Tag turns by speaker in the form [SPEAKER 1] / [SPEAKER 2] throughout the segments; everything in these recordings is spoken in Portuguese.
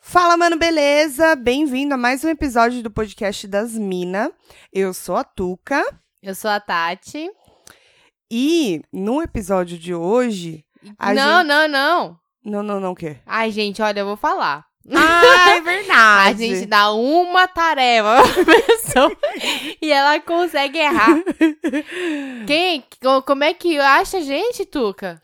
[SPEAKER 1] Fala, mano, beleza? Bem-vindo a mais um episódio do podcast das Minas. Eu sou a Tuca
[SPEAKER 2] Eu sou a Tati.
[SPEAKER 1] e no episódio de hoje. a
[SPEAKER 2] não,
[SPEAKER 1] gente-
[SPEAKER 2] não, não.
[SPEAKER 1] Não, não, não, o quê?
[SPEAKER 2] Ai, gente, olha, eu vou falar.
[SPEAKER 1] Ah, é
[SPEAKER 2] A
[SPEAKER 1] verdade!
[SPEAKER 2] gente dá uma tarefa pra pessoa e ela consegue errar. Quem? co- Como é que acha a gente, Tuca?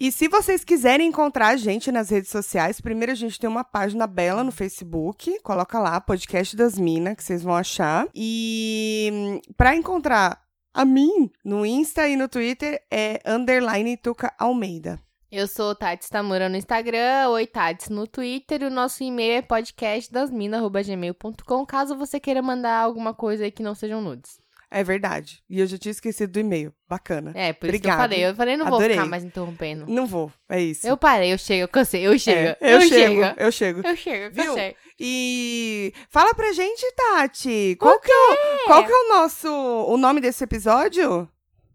[SPEAKER 1] E se vocês quiserem encontrar a gente nas redes sociais, primeiro a gente tem uma página bela no Facebook, coloca lá, Podcast das Minas, que vocês vão achar. E hum, pra encontrar a mim no Insta e no Twitter é underline Tuca Almeida.
[SPEAKER 2] Eu sou Tati Tamura no Instagram, oi Tati no Twitter. e O nosso e-mail é podcastdasmina.gmail.com, caso você queira mandar alguma coisa aí que não sejam nudes.
[SPEAKER 1] É verdade. E eu já tinha esquecido do e-mail. Bacana.
[SPEAKER 2] É, por
[SPEAKER 1] Obrigado.
[SPEAKER 2] isso que eu falei. Eu falei, não vou
[SPEAKER 1] Adorei.
[SPEAKER 2] ficar mais interrompendo.
[SPEAKER 1] Não vou, é isso.
[SPEAKER 2] Eu parei, eu chego, eu cansei, eu chego.
[SPEAKER 1] É, eu, chego,
[SPEAKER 2] chego.
[SPEAKER 1] eu chego.
[SPEAKER 2] Eu chego, eu
[SPEAKER 1] Viu?
[SPEAKER 2] cansei.
[SPEAKER 1] E fala pra gente, Tati, qual que, é o, qual que é o nosso o nome desse episódio?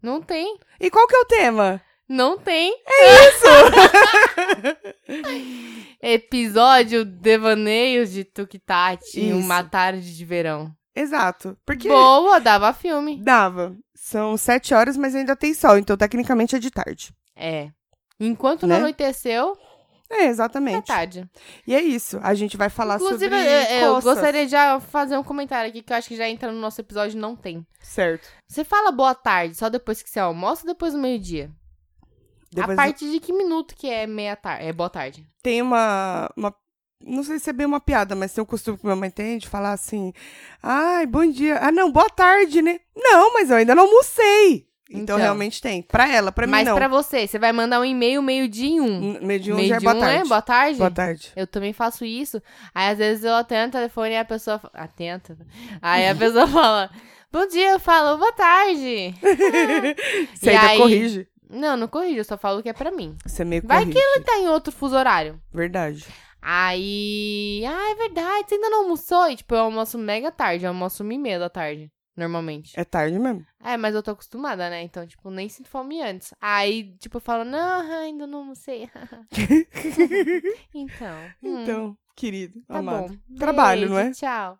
[SPEAKER 2] Não tem.
[SPEAKER 1] E qual que é o tema?
[SPEAKER 2] Não tem. É isso! Episódio Devaneios de Tukitati em
[SPEAKER 1] Isso.
[SPEAKER 2] uma tarde de verão.
[SPEAKER 1] Exato. Porque
[SPEAKER 2] Boa, dava filme.
[SPEAKER 1] dava. São sete horas, mas ainda tem sol, então tecnicamente é de tarde.
[SPEAKER 2] É. Enquanto
[SPEAKER 1] Né?
[SPEAKER 2] não anoiteceu,
[SPEAKER 1] É,
[SPEAKER 2] é
[SPEAKER 1] exatamente.
[SPEAKER 2] tarde.
[SPEAKER 1] e é isso. A gente vai falar
[SPEAKER 2] Inclusive,
[SPEAKER 1] sobre.
[SPEAKER 2] eu, eu
[SPEAKER 1] coças.
[SPEAKER 2] gostaria de já fazer um comentário aqui que eu acho que já entra no nosso episódio não tem.
[SPEAKER 1] Certo.
[SPEAKER 2] Você fala boa tarde só depois que você almoça ou depois do meio-dia? A
[SPEAKER 1] Depois
[SPEAKER 2] partir de que minuto que é meia-tarde? É boa tarde.
[SPEAKER 1] tem uma, uma. Não sei se é bem uma piada, mas tem um costume que minha mãe tem de falar assim. Ai, bom dia. Ah, não, boa tarde, né? Não, mas eu ainda não almocei. Então,
[SPEAKER 2] Então.
[SPEAKER 1] realmente tem. Pra ela, pra
[SPEAKER 2] Mas
[SPEAKER 1] mim não.
[SPEAKER 2] pra você, você vai mandar um e-mail meio-dia em um.
[SPEAKER 1] N- Meio de um
[SPEAKER 2] meio
[SPEAKER 1] já é
[SPEAKER 2] de
[SPEAKER 1] boa
[SPEAKER 2] um
[SPEAKER 1] tarde.
[SPEAKER 2] é boa tarde?
[SPEAKER 1] Boa tarde.
[SPEAKER 2] Eu também faço isso. Aí às vezes eu atendo o telefone e a pessoa. fa- Atento. Aí a pessoa fala: Bom dia, eu falo, boa tarde.
[SPEAKER 1] Você
[SPEAKER 2] E
[SPEAKER 1] ainda
[SPEAKER 2] aí?
[SPEAKER 1] corrige.
[SPEAKER 2] Não, não corrijo, eu só falo que é pra mim.
[SPEAKER 1] Você meio
[SPEAKER 2] Vai que
[SPEAKER 1] corrige.
[SPEAKER 2] Ele tá em outro fuso horário.
[SPEAKER 1] Verdade.
[SPEAKER 2] Aí. Ah, é verdade, você ainda não almoçou? E tipo, eu almoço mega tarde, eu almoço uma e meia da tarde. Normalmente.
[SPEAKER 1] É tarde mesmo.
[SPEAKER 2] É, mas eu tô acostumada, né? Então, tipo, nem sinto fome antes. Aí, tipo, eu falo, não, ainda não almocei. então. hum,
[SPEAKER 1] Então, querido,
[SPEAKER 2] tá
[SPEAKER 1] amado.
[SPEAKER 2] bom.
[SPEAKER 1] Trabalho, não
[SPEAKER 2] Beijo,
[SPEAKER 1] é?
[SPEAKER 2] Tchau.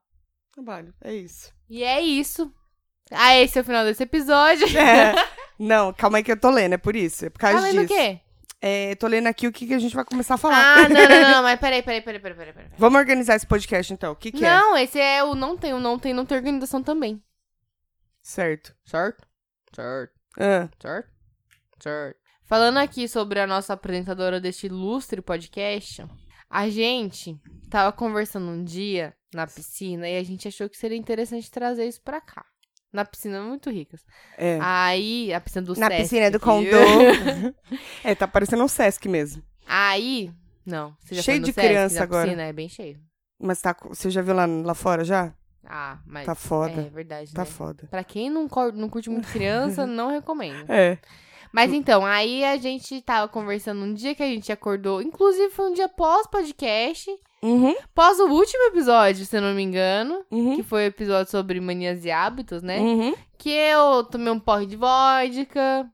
[SPEAKER 1] Trabalho. É isso.
[SPEAKER 2] E é isso. Ah, esse é o final desse episódio.
[SPEAKER 1] É. Não, calma aí que eu tô lendo, é por isso. É por causa
[SPEAKER 2] Tá lendo
[SPEAKER 1] disso.
[SPEAKER 2] o quê?
[SPEAKER 1] É, tô lendo aqui o que, que a gente vai começar a falar.
[SPEAKER 2] Ah, não, não, não, mas peraí, peraí, peraí, peraí, peraí. peraí.
[SPEAKER 1] Vamos organizar esse podcast então. O que, que é?
[SPEAKER 2] Não, esse é o não tem, o não tem, não tem organização também.
[SPEAKER 1] Certo.
[SPEAKER 2] Certo? Certo,
[SPEAKER 1] Ah,
[SPEAKER 2] certo, certo. Falando aqui sobre a nossa apresentadora deste ilustre podcast, A gente tava conversando um dia na piscina e a gente achou que seria interessante trazer isso pra cá. Na piscina muito ricas.
[SPEAKER 1] é.
[SPEAKER 2] Aí, a piscina do
[SPEAKER 1] Na
[SPEAKER 2] Ah, Sesc.
[SPEAKER 1] piscina do
[SPEAKER 2] viu?
[SPEAKER 1] condô. é, tá parecendo um Sesc mesmo.
[SPEAKER 2] Aí, não, você já
[SPEAKER 1] Cheio
[SPEAKER 2] foi no
[SPEAKER 1] de
[SPEAKER 2] Sesc,
[SPEAKER 1] criança
[SPEAKER 2] na
[SPEAKER 1] agora.
[SPEAKER 2] piscina é bem cheio.
[SPEAKER 1] Mas tá, co- você já viu lá, lá fora já?
[SPEAKER 2] Ah, mas
[SPEAKER 1] Tá foda.
[SPEAKER 2] é verdade,
[SPEAKER 1] Tá
[SPEAKER 2] né?
[SPEAKER 1] foda.
[SPEAKER 2] Pra quem não, cor- não curte muito criança, não recomendo.
[SPEAKER 1] É.
[SPEAKER 2] Mas então, aí a gente tava conversando um dia que a gente acordou. Inclusive, foi um dia pós-podcast.
[SPEAKER 1] Uhum,
[SPEAKER 2] Pós o último episódio, se eu não me engano.
[SPEAKER 1] uhum,
[SPEAKER 2] Que foi o episódio sobre manias e hábitos, né?
[SPEAKER 1] uhum.
[SPEAKER 2] Que eu tomei um porre de vodka.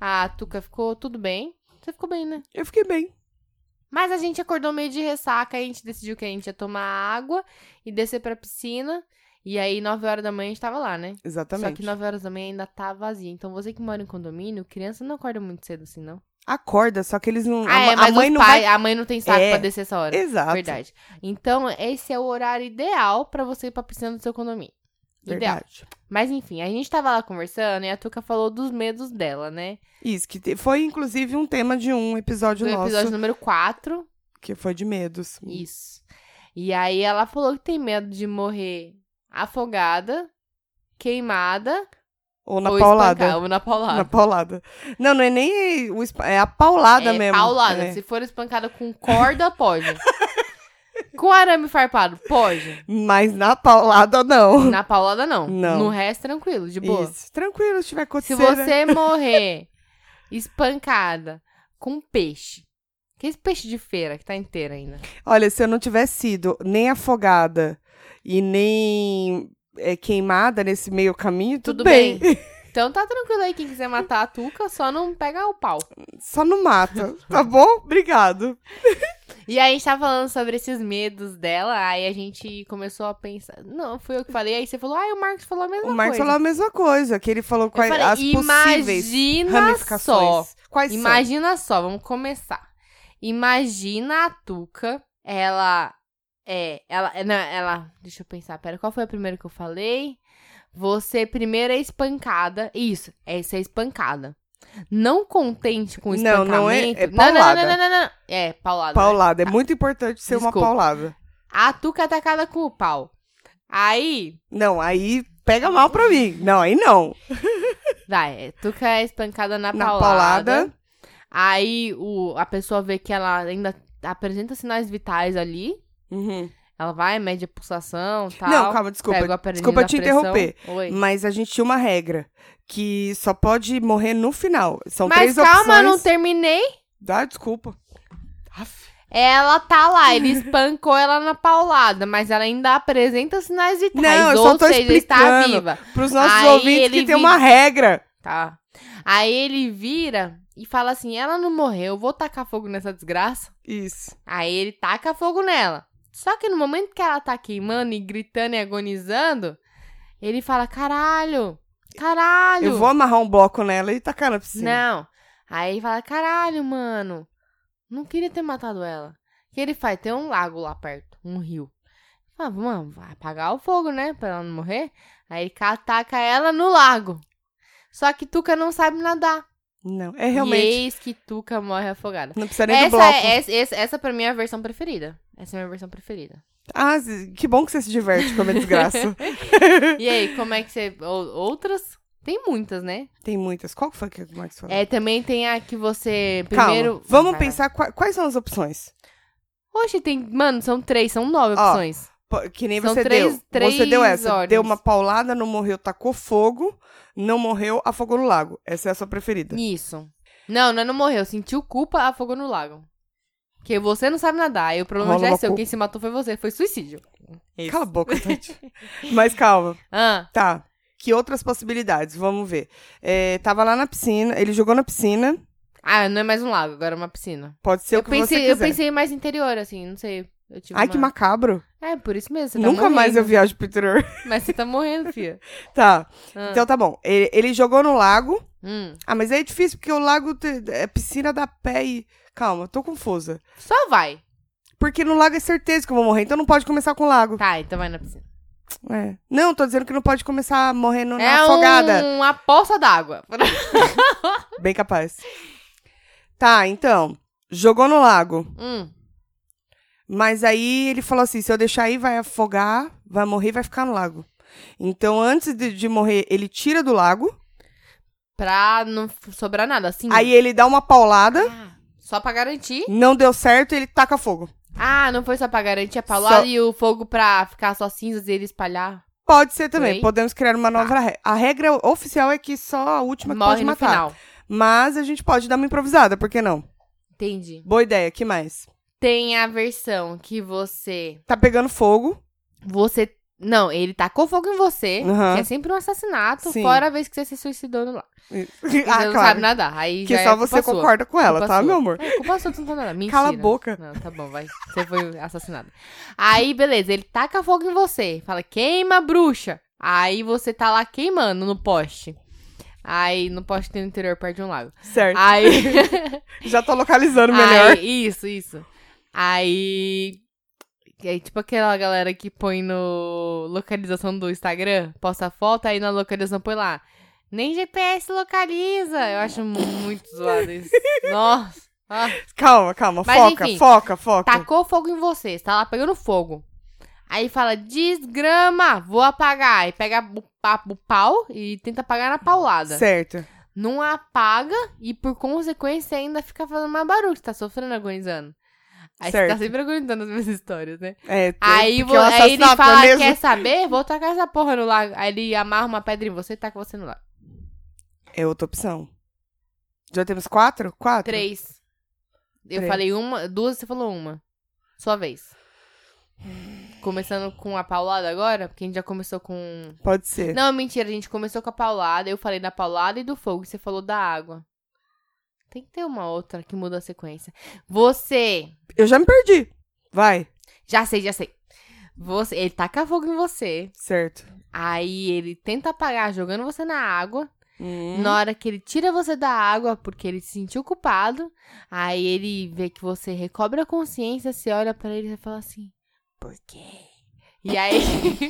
[SPEAKER 2] A Tuca ficou tudo bem. Você ficou bem, né?
[SPEAKER 1] Eu fiquei bem.
[SPEAKER 2] Mas a gente acordou meio de ressaca, a gente decidiu que a gente ia tomar água e descer pra piscina. E aí, 9 horas da manhã, a gente tava lá, né?
[SPEAKER 1] Exatamente.
[SPEAKER 2] Só que 9 horas da manhã ainda tá vazia. Então, você que mora em condomínio, criança não acorda muito cedo assim, não.
[SPEAKER 1] Acorda, só que eles não.
[SPEAKER 2] Ah,
[SPEAKER 1] Hum, a, ma-
[SPEAKER 2] é, mas
[SPEAKER 1] a mãe
[SPEAKER 2] os
[SPEAKER 1] não
[SPEAKER 2] pais- a mãe não tem saco
[SPEAKER 1] É.
[SPEAKER 2] pra descer essa hora.
[SPEAKER 1] vai. Exato.
[SPEAKER 2] Verdade. Então, esse é o horário ideal pra você ir pra piscina do seu condomínio. Ideal.
[SPEAKER 1] Verdade.
[SPEAKER 2] Mas enfim, a gente tava lá conversando e a Tuca falou dos medos dela, né?
[SPEAKER 1] Isso, que te- foi inclusive um tema de um episódio
[SPEAKER 2] Do
[SPEAKER 1] nosso,
[SPEAKER 2] episódio número 4.
[SPEAKER 1] que foi de medos.
[SPEAKER 2] Isso. E aí ela falou que tem medo de morrer afogada, queimada
[SPEAKER 1] Ou na
[SPEAKER 2] ou
[SPEAKER 1] paulada.
[SPEAKER 2] espancada. Ou na paulada.
[SPEAKER 1] Na paulada. Não, não é nem o espa- é a paulada
[SPEAKER 2] é,
[SPEAKER 1] mesmo.
[SPEAKER 2] Paulada.
[SPEAKER 1] É.
[SPEAKER 2] Se for espancada com corda, pode. com arame farpado, pode.
[SPEAKER 1] Mas na paulada não.
[SPEAKER 2] Na paulada, não.
[SPEAKER 1] Não.
[SPEAKER 2] No resto, tranquilo, de boa.
[SPEAKER 1] Isso. Tranquilo, se tiver né?
[SPEAKER 2] Se
[SPEAKER 1] coceira.
[SPEAKER 2] você morrer espancada com peixe, que é esse peixe de feira que tá inteiro ainda.
[SPEAKER 1] Olha, se eu não tivesse sido nem afogada e nem é, queimada nesse meio caminho, tudo,
[SPEAKER 2] Tudo bem. Então tá tranquilo aí, quem quiser matar a Tuca, só não pega o pau.
[SPEAKER 1] Só não mata, tá bom? Obrigado.
[SPEAKER 2] E aí a gente tava falando sobre esses medos dela, aí a gente começou a pensar. Não, foi eu que falei, aí você falou, ah, o Marcos falou a mesma
[SPEAKER 1] O Marcos
[SPEAKER 2] coisa.
[SPEAKER 1] falou a mesma coisa, que ele falou quais
[SPEAKER 2] falei,
[SPEAKER 1] as possíveis
[SPEAKER 2] Imagina só.
[SPEAKER 1] ramificações. Quais
[SPEAKER 2] Imagina só, vamos começar. Imagina a Tuca, ela é, ela, é, não, ela, deixa eu pensar, pera, qual foi a primeira que eu falei? Você primeiro é espancada, isso, essa é espancada. Não contente com o
[SPEAKER 1] Não,
[SPEAKER 2] espancamento.
[SPEAKER 1] não é- é
[SPEAKER 2] não, não, não,
[SPEAKER 1] paulada.
[SPEAKER 2] não, não, não, não. É, paulada.
[SPEAKER 1] são?
[SPEAKER 2] né?
[SPEAKER 1] Paulada, é muito importante ser uma
[SPEAKER 2] Desculpa.
[SPEAKER 1] paulada.
[SPEAKER 2] A Tuca é atacada com o pau. Aí,
[SPEAKER 1] Não, aí pega mal pra mim. Não, aí não.
[SPEAKER 2] Vai, é, Tuca é espancada na,
[SPEAKER 1] Na
[SPEAKER 2] paulada.
[SPEAKER 1] paulada.
[SPEAKER 2] Aí o, a pessoa vê que ela ainda apresenta sinais vitais ali.
[SPEAKER 1] Uhum. Ela
[SPEAKER 2] Ela vai, mede a pulsação e tal.
[SPEAKER 1] Não, calma, desculpa.
[SPEAKER 2] tá. Pega o aparelhinho
[SPEAKER 1] Desculpa
[SPEAKER 2] da
[SPEAKER 1] te
[SPEAKER 2] pressão.
[SPEAKER 1] interromper.
[SPEAKER 2] Oi.
[SPEAKER 1] Mas a gente tinha uma regra, que só pode morrer no final. São
[SPEAKER 2] Mas
[SPEAKER 1] três
[SPEAKER 2] calma,
[SPEAKER 1] opções.
[SPEAKER 2] eu não terminei.
[SPEAKER 1] Ah, desculpa. Aff.
[SPEAKER 2] Ela tá lá, ele espancou ela na paulada, mas ela ainda apresenta sinais vitais.
[SPEAKER 1] Não, eu
[SPEAKER 2] ou
[SPEAKER 1] só tô
[SPEAKER 2] seja, está
[SPEAKER 1] explicando.
[SPEAKER 2] viva.
[SPEAKER 1] Pros nossos
[SPEAKER 2] Aí
[SPEAKER 1] ouvintes
[SPEAKER 2] ele
[SPEAKER 1] que tem
[SPEAKER 2] vi-
[SPEAKER 1] uma regra.
[SPEAKER 2] Tá. Aí ele vira e fala assim: ela não morreu, vou tacar fogo nessa desgraça.
[SPEAKER 1] Isso.
[SPEAKER 2] Aí ele taca fogo nela. Só que no momento que ela tá queimando e gritando e agonizando, ele fala: caralho, caralho.
[SPEAKER 1] Eu vou assim. amarrar um bloco nela e tacar na piscina.
[SPEAKER 2] Não. Aí ele fala: caralho, mano, não queria ter matado ela. O que ele faz? Tem um lago lá perto, um rio. Fala, mano, vai apagar o fogo, né? Pra ela não morrer. Aí ele ataca ela no lago. Só que Tuca não sabe nadar.
[SPEAKER 1] Não, é
[SPEAKER 2] E
[SPEAKER 1] realmente.
[SPEAKER 2] eis que Tuca morre afogada.
[SPEAKER 1] Não precisa nem do
[SPEAKER 2] Essa,
[SPEAKER 1] bloco.
[SPEAKER 2] é, essa, essa, essa pra mim é a versão preferida. Essa é a minha versão preferida.
[SPEAKER 1] Ah, que bom que você se diverte com a minha desgraça.
[SPEAKER 2] E aí, como é que você. ou- Outras? Tem muitas, né?
[SPEAKER 1] Tem muitas. Qual que foi que o Max falou?
[SPEAKER 2] É, também tem a que você.
[SPEAKER 1] Calma,
[SPEAKER 2] Primeiro.
[SPEAKER 1] vamos
[SPEAKER 2] Vai, vai.
[SPEAKER 1] pensar qua- quais são as opções.
[SPEAKER 2] Oxe, tem. Mano, são três, são nove
[SPEAKER 1] Ó,
[SPEAKER 2] opções.
[SPEAKER 1] Pô, Que nem
[SPEAKER 2] São
[SPEAKER 1] você
[SPEAKER 2] três-
[SPEAKER 1] deu. você deu
[SPEAKER 2] três
[SPEAKER 1] essa.
[SPEAKER 2] ordens.
[SPEAKER 1] Deu uma paulada, não morreu, tacou fogo. Não morreu, afogou no lago. Essa é a sua preferida.
[SPEAKER 2] Isso. Não, é não, não morreu. Sentiu culpa, afogou no lago. Porque você não sabe nadar. E o problema
[SPEAKER 1] Rola
[SPEAKER 2] já é
[SPEAKER 1] uma
[SPEAKER 2] seu.
[SPEAKER 1] culpa.
[SPEAKER 2] Quem se matou foi você. Foi suicídio. Isso.
[SPEAKER 1] Cala a boca, Tati. Mas calma.
[SPEAKER 2] Ah,
[SPEAKER 1] Tá. Que outras possibilidades? Vamos ver. É, tava lá na piscina, ele jogou na piscina.
[SPEAKER 2] ah, não é mais um lago, agora é uma piscina.
[SPEAKER 1] Pode ser
[SPEAKER 2] eu
[SPEAKER 1] o que
[SPEAKER 2] pensei,
[SPEAKER 1] você
[SPEAKER 2] eu
[SPEAKER 1] quiser.
[SPEAKER 2] pensei mais interior, assim, não sei. Eu tive
[SPEAKER 1] Ai,
[SPEAKER 2] uma-
[SPEAKER 1] que macabro.
[SPEAKER 2] É, por isso mesmo. Você tá
[SPEAKER 1] Nunca mais eu
[SPEAKER 2] morrendo.
[SPEAKER 1] viajo pro interior.
[SPEAKER 2] Mas você tá morrendo, filha.
[SPEAKER 1] tá.
[SPEAKER 2] Ah.
[SPEAKER 1] Então tá bom. Ele, ele jogou no lago.
[SPEAKER 2] Hum.
[SPEAKER 1] Ah, mas aí é difícil, porque o lago te- é piscina da pé e. Calma, tô confusa.
[SPEAKER 2] Só vai.
[SPEAKER 1] Porque no lago é certeza que eu vou morrer, então não pode começar com o lago.
[SPEAKER 2] Tá, então vai na piscina.
[SPEAKER 1] É. Não, tô dizendo que não pode começar morrendo na afogada.
[SPEAKER 2] um- uma poça d'água.
[SPEAKER 1] Bem capaz. Tá, então. Jogou no lago.
[SPEAKER 2] Hum,
[SPEAKER 1] Mas aí ele falou assim: se eu deixar aí, vai afogar, vai morrer e vai ficar no lago. Então, antes de, de morrer, ele tira do lago.
[SPEAKER 2] pra não f- sobrar nada, assim.
[SPEAKER 1] Aí ele dá uma paulada.
[SPEAKER 2] Ah, só pra garantir.
[SPEAKER 1] Não deu certo, ele taca fogo.
[SPEAKER 2] Ah, não foi só pra garantir a paulada
[SPEAKER 1] Só-
[SPEAKER 2] e o fogo pra ficar só cinzas e ele espalhar.
[SPEAKER 1] Pode ser
[SPEAKER 2] Por aí?
[SPEAKER 1] também. Podemos criar uma nova regra. A regra oficial é que só a última que
[SPEAKER 2] Tá. morre
[SPEAKER 1] pode
[SPEAKER 2] no
[SPEAKER 1] matar.
[SPEAKER 2] final.
[SPEAKER 1] Mas a gente pode dar uma improvisada, por que não?
[SPEAKER 2] Entendi.
[SPEAKER 1] Boa ideia, que mais?
[SPEAKER 2] Tem a versão que você.
[SPEAKER 1] Tá pegando fogo.
[SPEAKER 2] Você. Não, ele tacou fogo em você.
[SPEAKER 1] Aham.
[SPEAKER 2] Que é sempre um assassinato,
[SPEAKER 1] Sim.
[SPEAKER 2] fora a vez que você se suicidou no lá.
[SPEAKER 1] ah,
[SPEAKER 2] Você não sabe nadar. Aí
[SPEAKER 1] Que
[SPEAKER 2] já
[SPEAKER 1] só
[SPEAKER 2] é culpa
[SPEAKER 1] você
[SPEAKER 2] sua.
[SPEAKER 1] concorda com ela,
[SPEAKER 2] Culpa
[SPEAKER 1] tá,
[SPEAKER 2] sua.
[SPEAKER 1] meu amor?
[SPEAKER 2] É, culpa sua, você não tá nada. Mentira.
[SPEAKER 1] Cala a boca.
[SPEAKER 2] Não, tá bom, vai. Você foi assassinado. Aí, beleza, ele taca fogo em você. Fala, queima, bruxa. Aí você tá lá queimando no poste. Aí, no poste tem no interior, perto de um lago.
[SPEAKER 1] Certo.
[SPEAKER 2] Aí.
[SPEAKER 1] Já tô localizando melhor.
[SPEAKER 2] aí isso, isso. Aí. É tipo aquela galera que põe no localização do Instagram, posta foto, aí na localização põe lá. Nem GPS localiza. Eu acho mu- muito zoado isso. Nossa. Ah.
[SPEAKER 1] Calma, calma.
[SPEAKER 2] Mas,
[SPEAKER 1] foca,
[SPEAKER 2] enfim.
[SPEAKER 1] foca, foca.
[SPEAKER 2] Tacou fogo em você, você tá lá pegando fogo. Aí fala, desgrama, vou apagar. Aí pega o, pa- o pau e tenta apagar na paulada.
[SPEAKER 1] Certo.
[SPEAKER 2] Não apaga e, por consequência, ainda fica fazendo mais barulho. Você tá sofrendo agonizando. Aí você tá
[SPEAKER 1] Certo.
[SPEAKER 2] sempre agonizando as minhas histórias, né?
[SPEAKER 1] É,
[SPEAKER 2] Aí,
[SPEAKER 1] porque
[SPEAKER 2] vo-
[SPEAKER 1] é um
[SPEAKER 2] aí
[SPEAKER 1] assassinato,
[SPEAKER 2] ele
[SPEAKER 1] não é
[SPEAKER 2] fala,
[SPEAKER 1] mesmo?
[SPEAKER 2] quer saber? Vou tacar essa porra no lago. Aí ele amarra uma pedra em você e taca você no lago.
[SPEAKER 1] É outra opção. Já temos quatro? Quatro?
[SPEAKER 2] Três. Eu
[SPEAKER 1] Três.
[SPEAKER 2] falei uma, duas, você falou uma. Sua vez. Começando com a paulada agora, porque a gente já começou com.
[SPEAKER 1] Pode ser.
[SPEAKER 2] Não, mentira, a gente começou com a paulada, eu falei da paulada e do fogo, e você falou da água. Tem que ter uma outra que muda a sequência. Você.
[SPEAKER 1] Eu já me perdi. Vai.
[SPEAKER 2] Já sei, já sei. Você, ele taca fogo em você.
[SPEAKER 1] Certo.
[SPEAKER 2] Aí ele tenta apagar jogando você na água.
[SPEAKER 1] Hum.
[SPEAKER 2] Na hora que ele tira você da água porque ele se sentiu culpado, aí ele vê que você recobra a consciência, você olha pra ele e fala assim: Por quê? E aí.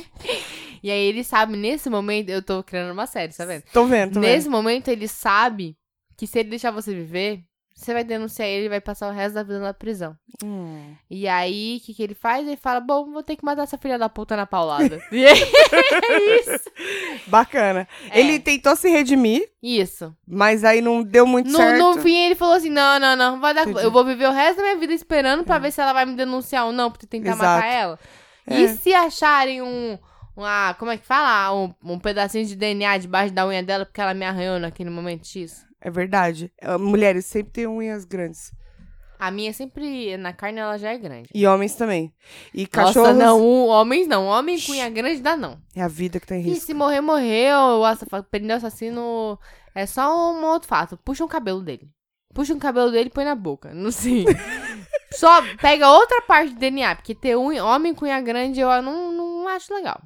[SPEAKER 2] e aí ele sabe, nesse momento, eu tô criando uma série, tá vendo?
[SPEAKER 1] Tô vendo, tô
[SPEAKER 2] Nesse
[SPEAKER 1] vendo.
[SPEAKER 2] momento ele sabe que se ele deixar você viver, você vai denunciar ele e vai passar o resto da vida na prisão.
[SPEAKER 1] Hum.
[SPEAKER 2] E aí, o que, que ele faz? Ele fala: Bom, vou ter que matar essa filha da puta na paulada. e é isso.
[SPEAKER 1] Bacana.
[SPEAKER 2] É,
[SPEAKER 1] Ele tentou se redimir,
[SPEAKER 2] Isso.
[SPEAKER 1] mas aí não deu muito
[SPEAKER 2] No,
[SPEAKER 1] certo.
[SPEAKER 2] no fim, ele falou assim: não, não, não, vai dar.
[SPEAKER 1] Entendi. É.
[SPEAKER 2] Eu vou viver o resto da minha vida esperando pra ver se ela vai me denunciar ou não, pra tentar matar
[SPEAKER 1] Exato.
[SPEAKER 2] ela.
[SPEAKER 1] É.
[SPEAKER 2] E se acharem um. Uma, como é que fala? Um, um pedacinho de DNA debaixo da unha dela, porque ela me arranhou naquele momento X.
[SPEAKER 1] É verdade. Ah, Mulheres sempre têm unhas grandes.
[SPEAKER 2] A minha sempre. Na carne ela já é grande.
[SPEAKER 1] E homens também. E cachorros.
[SPEAKER 2] Nossa, não, um- homens não. Homem com unha grande dá não.
[SPEAKER 1] É a vida que tá em
[SPEAKER 2] E
[SPEAKER 1] risco.
[SPEAKER 2] se morrer, morreu. Nossa, fa- pneu assassino. É só um outro fato. Puxa um cabelo dele. Puxa um cabelo dele e põe na boca. Não sei. só pega outra parte do DNA, porque ter um homem com unha grande eu não, não acho legal.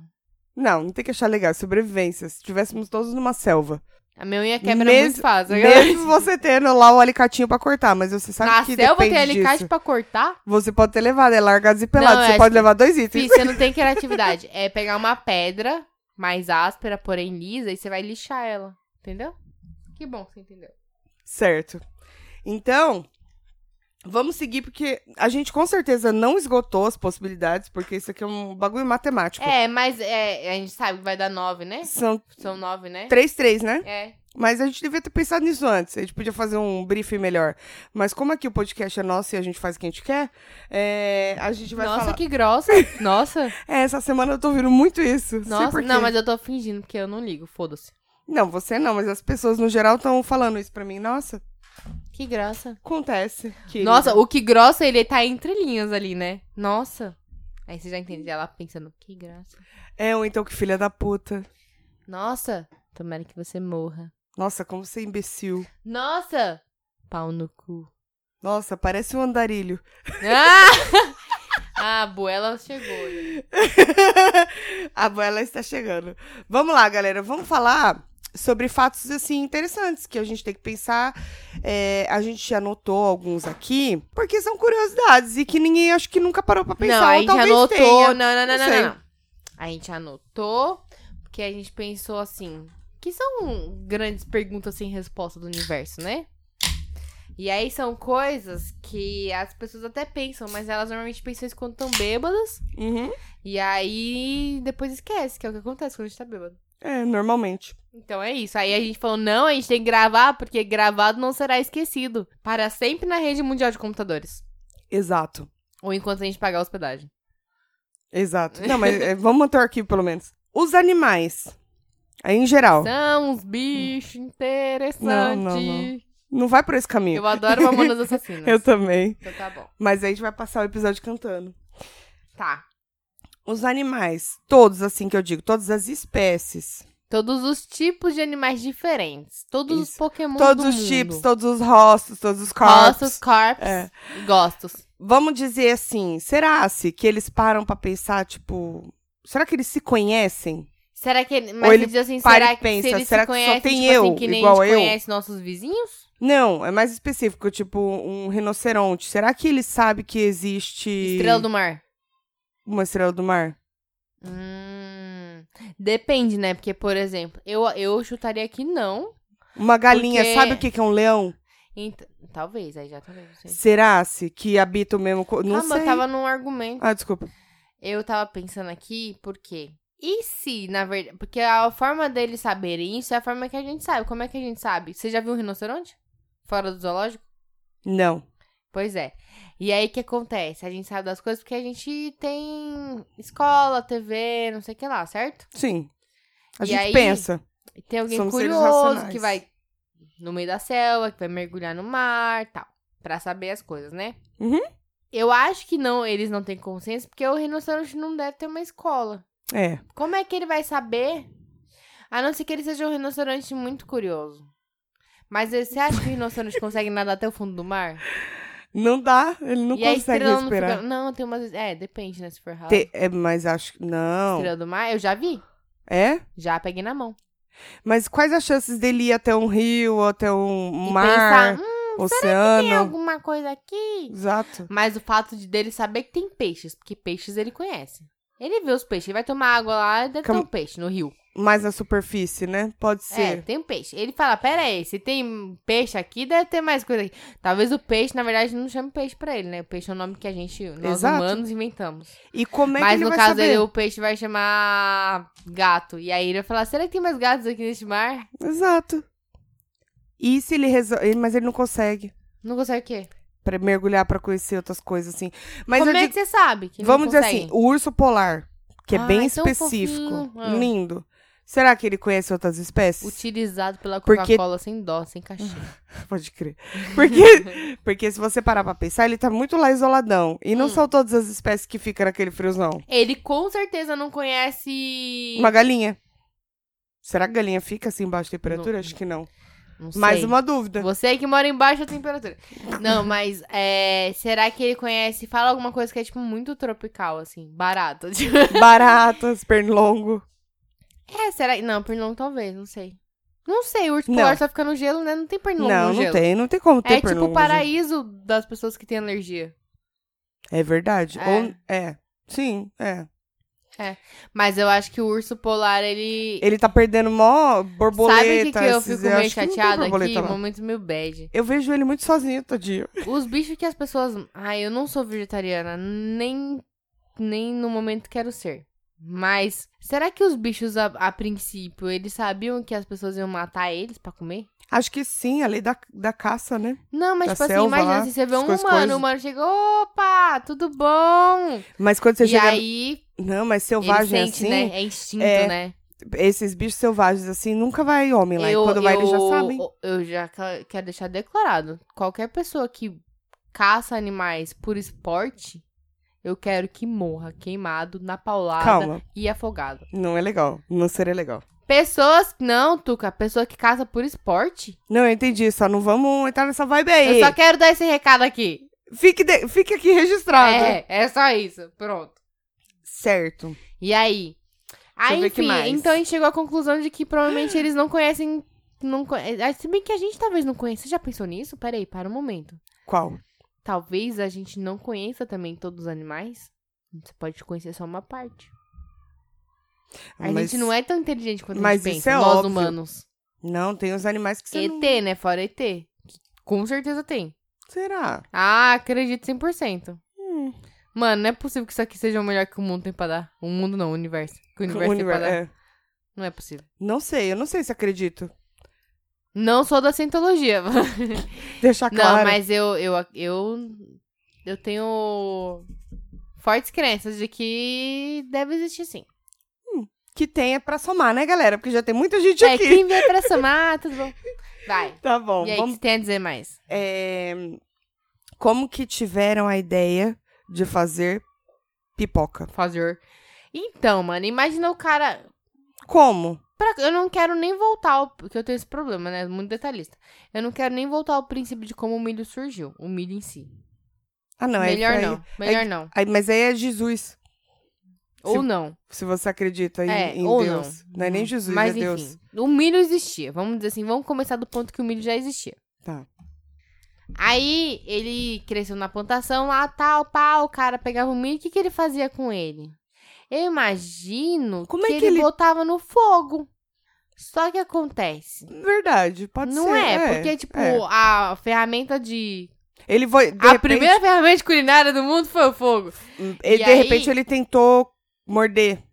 [SPEAKER 1] Não, não tem que achar legal. é Sobrevivência. Se estivéssemos todos numa selva.
[SPEAKER 2] A minha unha quebra
[SPEAKER 1] Mes-
[SPEAKER 2] muito fácil.
[SPEAKER 1] Mesmo você tendo lá o alicatinho pra cortar, mas você sabe
[SPEAKER 2] Na
[SPEAKER 1] que
[SPEAKER 2] selva
[SPEAKER 1] depende
[SPEAKER 2] tem alicate
[SPEAKER 1] disso.
[SPEAKER 2] pra cortar?
[SPEAKER 1] Você pode ter levado, é largado e pelado.
[SPEAKER 2] Não,
[SPEAKER 1] você
[SPEAKER 2] é
[SPEAKER 1] pode
[SPEAKER 2] que-
[SPEAKER 1] levar dois
[SPEAKER 2] Fih,
[SPEAKER 1] itens.
[SPEAKER 2] você não tem criatividade. É pegar uma pedra mais áspera, porém lisa, e você vai lixar ela. Entendeu? Que bom que você entendeu.
[SPEAKER 1] Certo. Então, vamos seguir, porque a gente com certeza não esgotou as possibilidades, porque isso aqui é um bagulho matemático.
[SPEAKER 2] É, mas é, a gente sabe que vai dar nove, né?
[SPEAKER 1] São
[SPEAKER 2] São nove, né?
[SPEAKER 1] três, três, né?
[SPEAKER 2] É.
[SPEAKER 1] Mas a gente devia ter pensado nisso antes. A gente podia fazer um briefing melhor. Mas como aqui o podcast é nosso e a gente faz o que a gente quer, é, a gente vai
[SPEAKER 2] Nossa,
[SPEAKER 1] falar.
[SPEAKER 2] que grossa. Nossa,
[SPEAKER 1] É, essa semana eu tô ouvindo muito isso. Sei
[SPEAKER 2] nossa.
[SPEAKER 1] por quê.
[SPEAKER 2] Não, mas eu tô fingindo, porque eu não ligo, foda-se.
[SPEAKER 1] Não, você não, mas as pessoas no geral estão falando isso pra mim. Nossa,
[SPEAKER 2] Que graça.
[SPEAKER 1] acontece. querida.
[SPEAKER 2] Nossa, o que grossa, ele tá entre linhas ali, né? Nossa. Aí você já entende ela pensando, que graça.
[SPEAKER 1] É, ou então que filha da puta.
[SPEAKER 2] Nossa, tomara que você morra.
[SPEAKER 1] Nossa, como você é imbecil.
[SPEAKER 2] Nossa, pau no cu.
[SPEAKER 1] Nossa, parece um andarilho.
[SPEAKER 2] Ah, ah a Buela chegou.
[SPEAKER 1] a boela está chegando. Vamos lá, galera. Vamos falar sobre fatos assim interessantes que a gente tem que pensar. É, a gente anotou alguns aqui porque são curiosidades e que ninguém acho que nunca parou pra pensar.
[SPEAKER 2] não, a
[SPEAKER 1] ou
[SPEAKER 2] gente
[SPEAKER 1] talvez
[SPEAKER 2] anotou.
[SPEAKER 1] tenha.
[SPEAKER 2] Não, não, não,
[SPEAKER 1] Não
[SPEAKER 2] não,
[SPEAKER 1] sei.
[SPEAKER 2] não, não. A gente anotou, porque a gente pensou assim, que são grandes perguntas sem resposta do universo, né? E aí são coisas que as pessoas até pensam, mas elas normalmente pensam isso quando estão bêbadas.
[SPEAKER 1] Uhum.
[SPEAKER 2] E aí depois esquece, que é o que acontece quando a gente tá bêbado.
[SPEAKER 1] É, normalmente.
[SPEAKER 2] Então é isso. Aí a gente falou, não, a gente tem que gravar, porque gravado não será esquecido. Para sempre na rede mundial de computadores.
[SPEAKER 1] Exato.
[SPEAKER 2] Ou enquanto a gente pagar a hospedagem.
[SPEAKER 1] Exato. Não, mas é, vamos manter o arquivo pelo menos. Os animais. Aí, em geral.
[SPEAKER 2] São uns bichos interessantes.
[SPEAKER 1] Não, não, não. Não vai por esse caminho.
[SPEAKER 2] Eu adoro Mamonas Assassinas.
[SPEAKER 1] Eu também.
[SPEAKER 2] Então tá bom.
[SPEAKER 1] Mas aí a gente vai passar o episódio cantando.
[SPEAKER 2] Tá.
[SPEAKER 1] Os animais, todos assim que eu digo, todas as espécies,
[SPEAKER 2] Todos os tipos de animais diferentes. Todos os
[SPEAKER 1] Isso.
[SPEAKER 2] Pokémon
[SPEAKER 1] todos
[SPEAKER 2] do
[SPEAKER 1] os
[SPEAKER 2] mundo.
[SPEAKER 1] tipos, todos os rostos, todos os corpos.
[SPEAKER 2] Gostos, corpos.
[SPEAKER 1] É.
[SPEAKER 2] Gostos.
[SPEAKER 1] Vamos dizer assim, será se que eles param pra pensar tipo, será que eles se conhecem?
[SPEAKER 2] Será que ele... Mas
[SPEAKER 1] ele
[SPEAKER 2] diz assim,
[SPEAKER 1] para
[SPEAKER 2] será
[SPEAKER 1] e
[SPEAKER 2] que
[SPEAKER 1] pensa,
[SPEAKER 2] se eles
[SPEAKER 1] será
[SPEAKER 2] se
[SPEAKER 1] que só
[SPEAKER 2] conhecem,
[SPEAKER 1] tem
[SPEAKER 2] tipo assim,
[SPEAKER 1] eu
[SPEAKER 2] que nem
[SPEAKER 1] igual
[SPEAKER 2] a gente
[SPEAKER 1] eu?
[SPEAKER 2] conhece nossos vizinhos?
[SPEAKER 1] Não, é mais específico, tipo um rinoceronte. Será que ele sabe que existe
[SPEAKER 2] Estrela do mar.
[SPEAKER 1] uma estrela do mar?
[SPEAKER 2] Hum... Depende, né? Porque, por exemplo, eu, eu chutaria que não.
[SPEAKER 1] Uma galinha,
[SPEAKER 2] Porque-
[SPEAKER 1] sabe o que que é um leão?
[SPEAKER 2] Ent- Talvez, aí já também não sei.
[SPEAKER 1] Será se que habita o mesmo, co... não
[SPEAKER 2] ah, mas
[SPEAKER 1] sei.
[SPEAKER 2] eu tava num argumento.
[SPEAKER 1] Ah, desculpa.
[SPEAKER 2] Eu tava pensando aqui, por quê? E se, na verdade. Porque a forma deles saberem isso é a forma que a gente sabe. Como é que a gente sabe? Você já viu um rinoceronte? Fora do zoológico?
[SPEAKER 1] Não.
[SPEAKER 2] Pois é. E aí o que acontece? A gente sabe das coisas porque a gente tem escola, TV, não sei o que lá, certo?
[SPEAKER 1] Sim. A
[SPEAKER 2] E
[SPEAKER 1] gente
[SPEAKER 2] aí-
[SPEAKER 1] pensa.
[SPEAKER 2] E tem alguém
[SPEAKER 1] Somos seres
[SPEAKER 2] curioso
[SPEAKER 1] racionais.
[SPEAKER 2] que vai no meio da selva, que vai mergulhar no mar tal. Pra saber as coisas, né?
[SPEAKER 1] Uhum.
[SPEAKER 2] Eu acho que não, eles não têm consciência, porque o rinoceronte não deve ter uma escola.
[SPEAKER 1] É.
[SPEAKER 2] Como é que ele vai saber? A não ser que ele seja um rinoceronte muito curioso. Mas você acha que o rinoceronte consegue nadar até o fundo do mar?
[SPEAKER 1] Não dá, ele não
[SPEAKER 2] e a
[SPEAKER 1] consegue
[SPEAKER 2] estrela não
[SPEAKER 1] respirar.
[SPEAKER 2] fica- Não, tem umas... É, depende, né? Se for ralo.
[SPEAKER 1] Te- é, mas acho que. Não.
[SPEAKER 2] Estrela do mar, eu já vi.
[SPEAKER 1] É?
[SPEAKER 2] Já peguei na mão.
[SPEAKER 1] Mas quais as chances dele ir até um rio, ou até um
[SPEAKER 2] E
[SPEAKER 1] mar,
[SPEAKER 2] pensar, hum,
[SPEAKER 1] oceano?
[SPEAKER 2] tem alguma coisa aqui?
[SPEAKER 1] Exato.
[SPEAKER 2] Mas o fato de dele saber que tem peixes, porque peixes ele conhece. Ele vê os peixes, ele vai tomar água lá e deve
[SPEAKER 1] Cam-
[SPEAKER 2] ter um peixe no rio.
[SPEAKER 1] Mais na superfície, né? Pode
[SPEAKER 2] É,
[SPEAKER 1] ser.
[SPEAKER 2] tem um peixe. Ele fala, pera aí, se tem peixe aqui, deve ter mais coisa aqui. Talvez o peixe, na verdade, não chame peixe pra ele, né? O peixe é o nome que a gente, nós
[SPEAKER 1] Exato.
[SPEAKER 2] humanos, inventamos.
[SPEAKER 1] E como é que
[SPEAKER 2] Mas
[SPEAKER 1] ele
[SPEAKER 2] no
[SPEAKER 1] vai
[SPEAKER 2] caso
[SPEAKER 1] saber?
[SPEAKER 2] dele, o peixe vai chamar gato. E aí ele vai falar, será que tem mais gatos aqui neste mar?
[SPEAKER 1] Exato. E se ele resolve. Mas ele não consegue
[SPEAKER 2] Não consegue o quê?
[SPEAKER 1] pra mergulhar pra conhecer outras coisas assim. Mas
[SPEAKER 2] Como
[SPEAKER 1] eu
[SPEAKER 2] é
[SPEAKER 1] digo-
[SPEAKER 2] que você sabe que não
[SPEAKER 1] vamos dizer
[SPEAKER 2] consegue?
[SPEAKER 1] assim: o urso polar, que é
[SPEAKER 2] Ah,
[SPEAKER 1] bem
[SPEAKER 2] é tão
[SPEAKER 1] específico,
[SPEAKER 2] fofinho. Ah.
[SPEAKER 1] lindo. Será que ele conhece outras espécies?
[SPEAKER 2] Utilizado pela
[SPEAKER 1] Porque- Uhum.
[SPEAKER 2] Coca-Cola sem dó, sem cachê.
[SPEAKER 1] Pode crer. Porque, porque se você parar pra pensar, ele tá muito lá isoladão. E não
[SPEAKER 2] Hum.
[SPEAKER 1] são todas as espécies que ficam naquele friozão.
[SPEAKER 2] Ele com certeza não conhece.
[SPEAKER 1] Uma galinha. Será que a galinha fica assim embaixo da temperatura?
[SPEAKER 2] Não-
[SPEAKER 1] Acho que não.
[SPEAKER 2] Não
[SPEAKER 1] Mais
[SPEAKER 2] sei.
[SPEAKER 1] uma dúvida.
[SPEAKER 2] Você aí que mora em baixa temperatura. Não, mas é, será que ele conhece? Fala alguma coisa que é, tipo, muito tropical, assim, barata. Tipo,
[SPEAKER 1] Baratas, pernilongo.
[SPEAKER 2] é, será? Não, pernilongo talvez, não sei. Não sei, o urso
[SPEAKER 1] Não.
[SPEAKER 2] polar só fica no gelo, né? Não tem pernilongo
[SPEAKER 1] não,
[SPEAKER 2] no
[SPEAKER 1] não
[SPEAKER 2] gelo.
[SPEAKER 1] tem. Não tem como ter
[SPEAKER 2] É tipo
[SPEAKER 1] pernilongo.
[SPEAKER 2] o
[SPEAKER 1] no gelo.
[SPEAKER 2] paraíso das pessoas que têm alergia.
[SPEAKER 1] É verdade.
[SPEAKER 2] É.
[SPEAKER 1] Ou- é. Sim, é.
[SPEAKER 2] Mas eu acho que o urso polar, ele.
[SPEAKER 1] Ele tá perdendo mó borboleta.
[SPEAKER 2] Sabe o que, que eu
[SPEAKER 1] esses-
[SPEAKER 2] fico meio
[SPEAKER 1] acho que não tem
[SPEAKER 2] chateada aqui?
[SPEAKER 1] borboleta lá.
[SPEAKER 2] Momento meio bad.
[SPEAKER 1] Eu vejo ele muito sozinho, tadinho.
[SPEAKER 2] Os bichos que as pessoas. Ai, eu não sou vegetariana, nem, nem no momento quero ser. Mas será que os bichos, a, a princípio, eles sabiam que as pessoas iam matar eles pra comer?
[SPEAKER 1] Acho que sim, a lei da, da caça, né?
[SPEAKER 2] Não, mas
[SPEAKER 1] Da
[SPEAKER 2] tipo assim,
[SPEAKER 1] selva
[SPEAKER 2] imagina,
[SPEAKER 1] lá,
[SPEAKER 2] assim, você vê
[SPEAKER 1] as
[SPEAKER 2] um
[SPEAKER 1] coisas-
[SPEAKER 2] humano,
[SPEAKER 1] coisas.
[SPEAKER 2] o humano chega, opa, tudo bom?
[SPEAKER 1] Mas quando você
[SPEAKER 2] e
[SPEAKER 1] chega.
[SPEAKER 2] aí,
[SPEAKER 1] Não, mas
[SPEAKER 2] ele
[SPEAKER 1] selvagem
[SPEAKER 2] sente,
[SPEAKER 1] assim.
[SPEAKER 2] né? É instinto,
[SPEAKER 1] é,
[SPEAKER 2] né?
[SPEAKER 1] Esses bichos selvagens assim, nunca vai homem lá.
[SPEAKER 2] Eu-
[SPEAKER 1] e quando vai, eles já
[SPEAKER 2] eu-
[SPEAKER 1] sabem.
[SPEAKER 2] Eu já que- quero deixar declarado. Qualquer pessoa que caça animais por esporte, eu quero que morra queimado, na paulada
[SPEAKER 1] Calma,
[SPEAKER 2] e afogado.
[SPEAKER 1] não é legal. Não seria legal.
[SPEAKER 2] Pessoas... Não, Tuca. Pessoa que caça por esporte.
[SPEAKER 1] Não, eu entendi. Só não vamos entrar nessa vibe aí.
[SPEAKER 2] Eu só quero dar esse recado aqui.
[SPEAKER 1] Fique, de- Fique aqui registrado.
[SPEAKER 2] É, é só isso. Pronto.
[SPEAKER 1] Certo.
[SPEAKER 2] E aí?
[SPEAKER 1] eu
[SPEAKER 2] Aí,
[SPEAKER 1] ver o que
[SPEAKER 2] enfim,
[SPEAKER 1] mais.
[SPEAKER 2] então a gente chegou à conclusão de que provavelmente eles não conhecem... Não conhe... Ah, Se bem que a gente talvez não conheça. Você já pensou nisso? Peraí, para um momento.
[SPEAKER 1] Qual?
[SPEAKER 2] talvez a gente não conheça também todos os animais. Você pode conhecer só uma parte. A
[SPEAKER 1] Mas-
[SPEAKER 2] gente não é tão inteligente quanto
[SPEAKER 1] mas
[SPEAKER 2] a gente
[SPEAKER 1] isso
[SPEAKER 2] pensa,
[SPEAKER 1] é
[SPEAKER 2] nós
[SPEAKER 1] óbvio.
[SPEAKER 2] humanos.
[SPEAKER 1] Não, tem os animais que você
[SPEAKER 2] ET,
[SPEAKER 1] não...
[SPEAKER 2] né? Fora ET. que Com certeza tem.
[SPEAKER 1] Será?
[SPEAKER 2] Ah, acredito 100%.
[SPEAKER 1] Hum.
[SPEAKER 2] Mano, não é possível que isso aqui seja o melhor que o mundo tem pra dar. O mundo não, o universo. Que o universo tem pra
[SPEAKER 1] Univer-
[SPEAKER 2] dar.
[SPEAKER 1] é.
[SPEAKER 2] Não é possível.
[SPEAKER 1] Não sei, eu não sei se acredito.
[SPEAKER 2] Não sou da cientologia.
[SPEAKER 1] Deixar
[SPEAKER 2] Não,
[SPEAKER 1] Tá claro.
[SPEAKER 2] mas eu, eu, eu, eu tenho fortes crenças de que deve existir sim.
[SPEAKER 1] Que tem é pra somar, né, galera? Porque já tem muita gente
[SPEAKER 2] É,
[SPEAKER 1] aqui.
[SPEAKER 2] quem vier pra somar, tudo bom. Vai.
[SPEAKER 1] Tá bom,
[SPEAKER 2] e aí, o que
[SPEAKER 1] vamos...
[SPEAKER 2] você tem a dizer mais?
[SPEAKER 1] é, Como que tiveram a ideia de fazer pipoca?
[SPEAKER 2] Fazer. Então, mano, imagina o cara.
[SPEAKER 1] Como?
[SPEAKER 2] Pra- Eu não quero nem voltar ao. Porque eu tenho esse problema, né? Muito detalhista. Eu não quero nem voltar ao princípio de como o milho surgiu. O milho em si.
[SPEAKER 1] Ah, não.
[SPEAKER 2] melhor
[SPEAKER 1] é,
[SPEAKER 2] não. Melhor não.
[SPEAKER 1] Aí, mas aí é Jesus,
[SPEAKER 2] Ou não.
[SPEAKER 1] se você acredita em,
[SPEAKER 2] é,
[SPEAKER 1] em
[SPEAKER 2] ou
[SPEAKER 1] Deus. Não. é nem Jesus,
[SPEAKER 2] Né? Mas,
[SPEAKER 1] é Deus.
[SPEAKER 2] enfim, O milho existia. Vamos dizer assim, vamos começar do ponto que o milho já existia.
[SPEAKER 1] Tá.
[SPEAKER 2] Aí ele cresceu na plantação lá, tal, pá, o cara pegava o milho, o que, que ele fazia com ele? Eu imagino
[SPEAKER 1] Como
[SPEAKER 2] que,
[SPEAKER 1] é que
[SPEAKER 2] ele,
[SPEAKER 1] ele-
[SPEAKER 2] botava no fogo. Só que acontece.
[SPEAKER 1] Verdade, pode ser.
[SPEAKER 2] não é, porque, tipo,
[SPEAKER 1] é.
[SPEAKER 2] a ferramenta de.
[SPEAKER 1] Ele foi. de
[SPEAKER 2] a
[SPEAKER 1] repente-
[SPEAKER 2] primeira ferramenta culinária do mundo foi o fogo.
[SPEAKER 1] Ele,
[SPEAKER 2] E
[SPEAKER 1] de
[SPEAKER 2] aí-
[SPEAKER 1] repente ele tentou morder.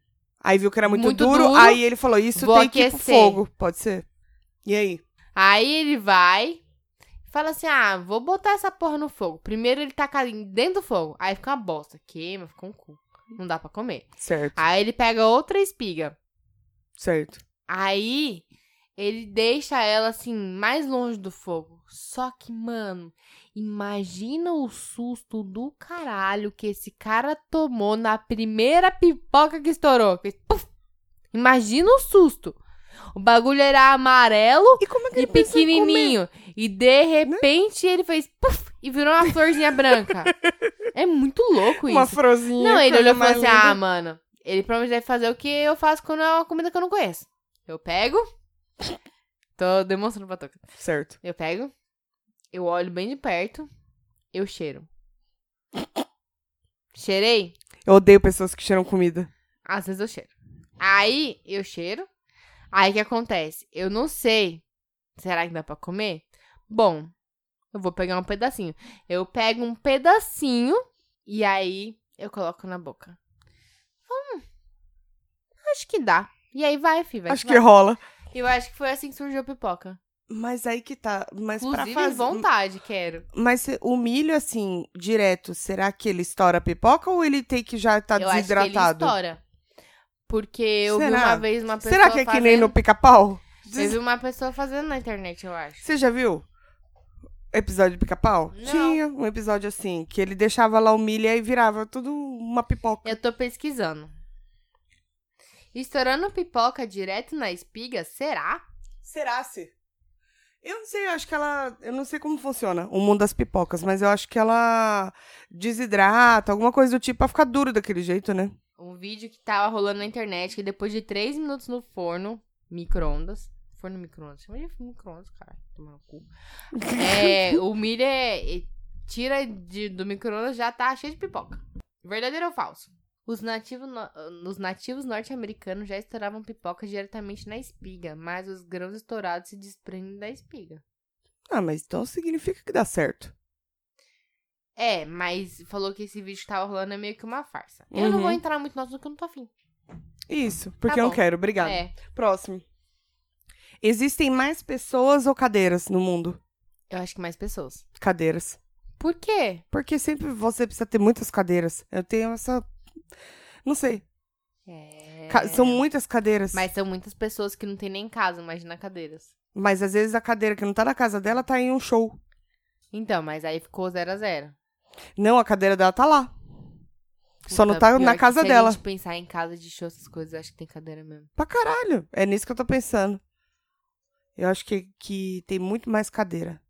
[SPEAKER 1] Aí viu que era muito,
[SPEAKER 2] Muito
[SPEAKER 1] duro,
[SPEAKER 2] duro.
[SPEAKER 1] aí ele falou: Isso
[SPEAKER 2] Vou
[SPEAKER 1] tem que ir pro
[SPEAKER 2] aquecer.
[SPEAKER 1] fogo. Pode ser. E aí?
[SPEAKER 2] Aí ele vai. Fala assim, ah, vou botar essa porra no fogo. Primeiro ele taca dentro do fogo. Aí fica uma bosta. Queima, fica um cu. Não dá pra comer.
[SPEAKER 1] Certo,
[SPEAKER 2] Aí ele pega outra espiga.
[SPEAKER 1] certo.
[SPEAKER 2] Aí ele deixa ela assim, mais longe do fogo. Só que, mano, imagina o susto do caralho que esse cara tomou na primeira pipoca que estourou. Fez puf! Imagina o susto. O bagulho era amarelo
[SPEAKER 1] E como é que
[SPEAKER 2] e
[SPEAKER 1] ele pensou em comer?
[SPEAKER 2] pequenininho. E de repente ele fez puff e virou uma florzinha branca. É muito louco isso.
[SPEAKER 1] Uma frozinha.
[SPEAKER 2] Não, ele
[SPEAKER 1] coisa
[SPEAKER 2] olhou e falou
[SPEAKER 1] mais
[SPEAKER 2] assim:
[SPEAKER 1] linda.
[SPEAKER 2] ah, mano, ele provavelmente deve fazer o que eu faço quando é uma comida que eu não conheço. Eu pego. Tô demonstrando pra toca.
[SPEAKER 1] Certo.
[SPEAKER 2] Eu pego. Eu olho bem de perto. Eu cheiro. Cheirei?
[SPEAKER 1] Eu odeio pessoas que cheiram comida.
[SPEAKER 2] Às vezes eu cheiro. Aí eu cheiro. Aí o que acontece? Eu não sei. Será que dá pra comer? Bom, eu vou pegar um pedacinho. Eu pego um pedacinho e aí eu coloco na boca. Hum, acho que dá. E aí vai, fi, vai.
[SPEAKER 1] Acho que é
[SPEAKER 2] vai.
[SPEAKER 1] rola.
[SPEAKER 2] Eu acho que foi assim que surgiu a pipoca.
[SPEAKER 1] Mas aí que tá. Mas
[SPEAKER 2] Inclusive,
[SPEAKER 1] pra fazer.
[SPEAKER 2] vontade, quero.
[SPEAKER 1] Mas se- o milho, assim, direto, será que ele estoura a pipoca ou ele tem que já estar
[SPEAKER 2] eu acho que
[SPEAKER 1] tá desidratado?
[SPEAKER 2] ele estoura. Porque eu vi
[SPEAKER 1] Será?
[SPEAKER 2] uma vez uma pessoa
[SPEAKER 1] será que é que nem no
[SPEAKER 2] fazendo-
[SPEAKER 1] pica-pau?
[SPEAKER 2] Eu vi uma pessoa fazendo na internet, eu acho.
[SPEAKER 1] Você já viu? Episódio do pica-pau?
[SPEAKER 2] Não.
[SPEAKER 1] Tinha um episódio assim, que ele deixava lá o milho e aí virava tudo uma pipoca.
[SPEAKER 2] Eu tô pesquisando. Estourando pipoca direto na espiga, será?
[SPEAKER 1] Será se? Eu não sei, eu acho que ela. Eu não sei como funciona o mundo das pipocas, mas eu acho que ela desidrata, alguma coisa do tipo, pra ficar duro daquele jeito, né?
[SPEAKER 2] Um vídeo que tava rolando na internet que depois de 3 minutos no forno, micro-ondas. Forno micro-ondas. Chama de micro-ondas, cara. Tomar no cu. É, o milho é, é- tira de- do micro-ondas já tá cheio de pipoca. Verdadeiro ou falso? Os, nativo no- os nativos norte-americanos já estouravam pipoca diretamente na espiga, mas os grãos estourados se desprendem da espiga.
[SPEAKER 1] Ah, mas então significa que dá certo.
[SPEAKER 2] É, mas falou que esse vídeo que tava rolando é meio que uma farsa. Eu não
[SPEAKER 1] Uhum.
[SPEAKER 2] vou entrar muito no assunto que eu não tô afim.
[SPEAKER 1] Isso, porque
[SPEAKER 2] Tá
[SPEAKER 1] eu não
[SPEAKER 2] bom.
[SPEAKER 1] quero, obrigada.
[SPEAKER 2] É,
[SPEAKER 1] Próximo. Existem mais pessoas ou cadeiras no mundo?
[SPEAKER 2] eu acho que mais pessoas.
[SPEAKER 1] Cadeiras.
[SPEAKER 2] Por quê?
[SPEAKER 1] Porque sempre você precisa ter muitas cadeiras. Eu tenho essa. Não sei.
[SPEAKER 2] É...
[SPEAKER 1] Ca- São muitas cadeiras. Mas...
[SPEAKER 2] Mas são muitas pessoas que não tem nem casa, imagina cadeiras.
[SPEAKER 1] às vezes a cadeira que não tá na casa dela tá em um show.
[SPEAKER 2] Então, mas aí ficou 0 a 0
[SPEAKER 1] Não, a cadeira dela tá lá. Só não tá na casa
[SPEAKER 2] se
[SPEAKER 1] dela.
[SPEAKER 2] Se a gente pensar em casa de show, essas coisas, eu acho que tem cadeira mesmo.
[SPEAKER 1] Pra caralho. É nisso que eu tô pensando. Eu acho que, que tem muito mais cadeira.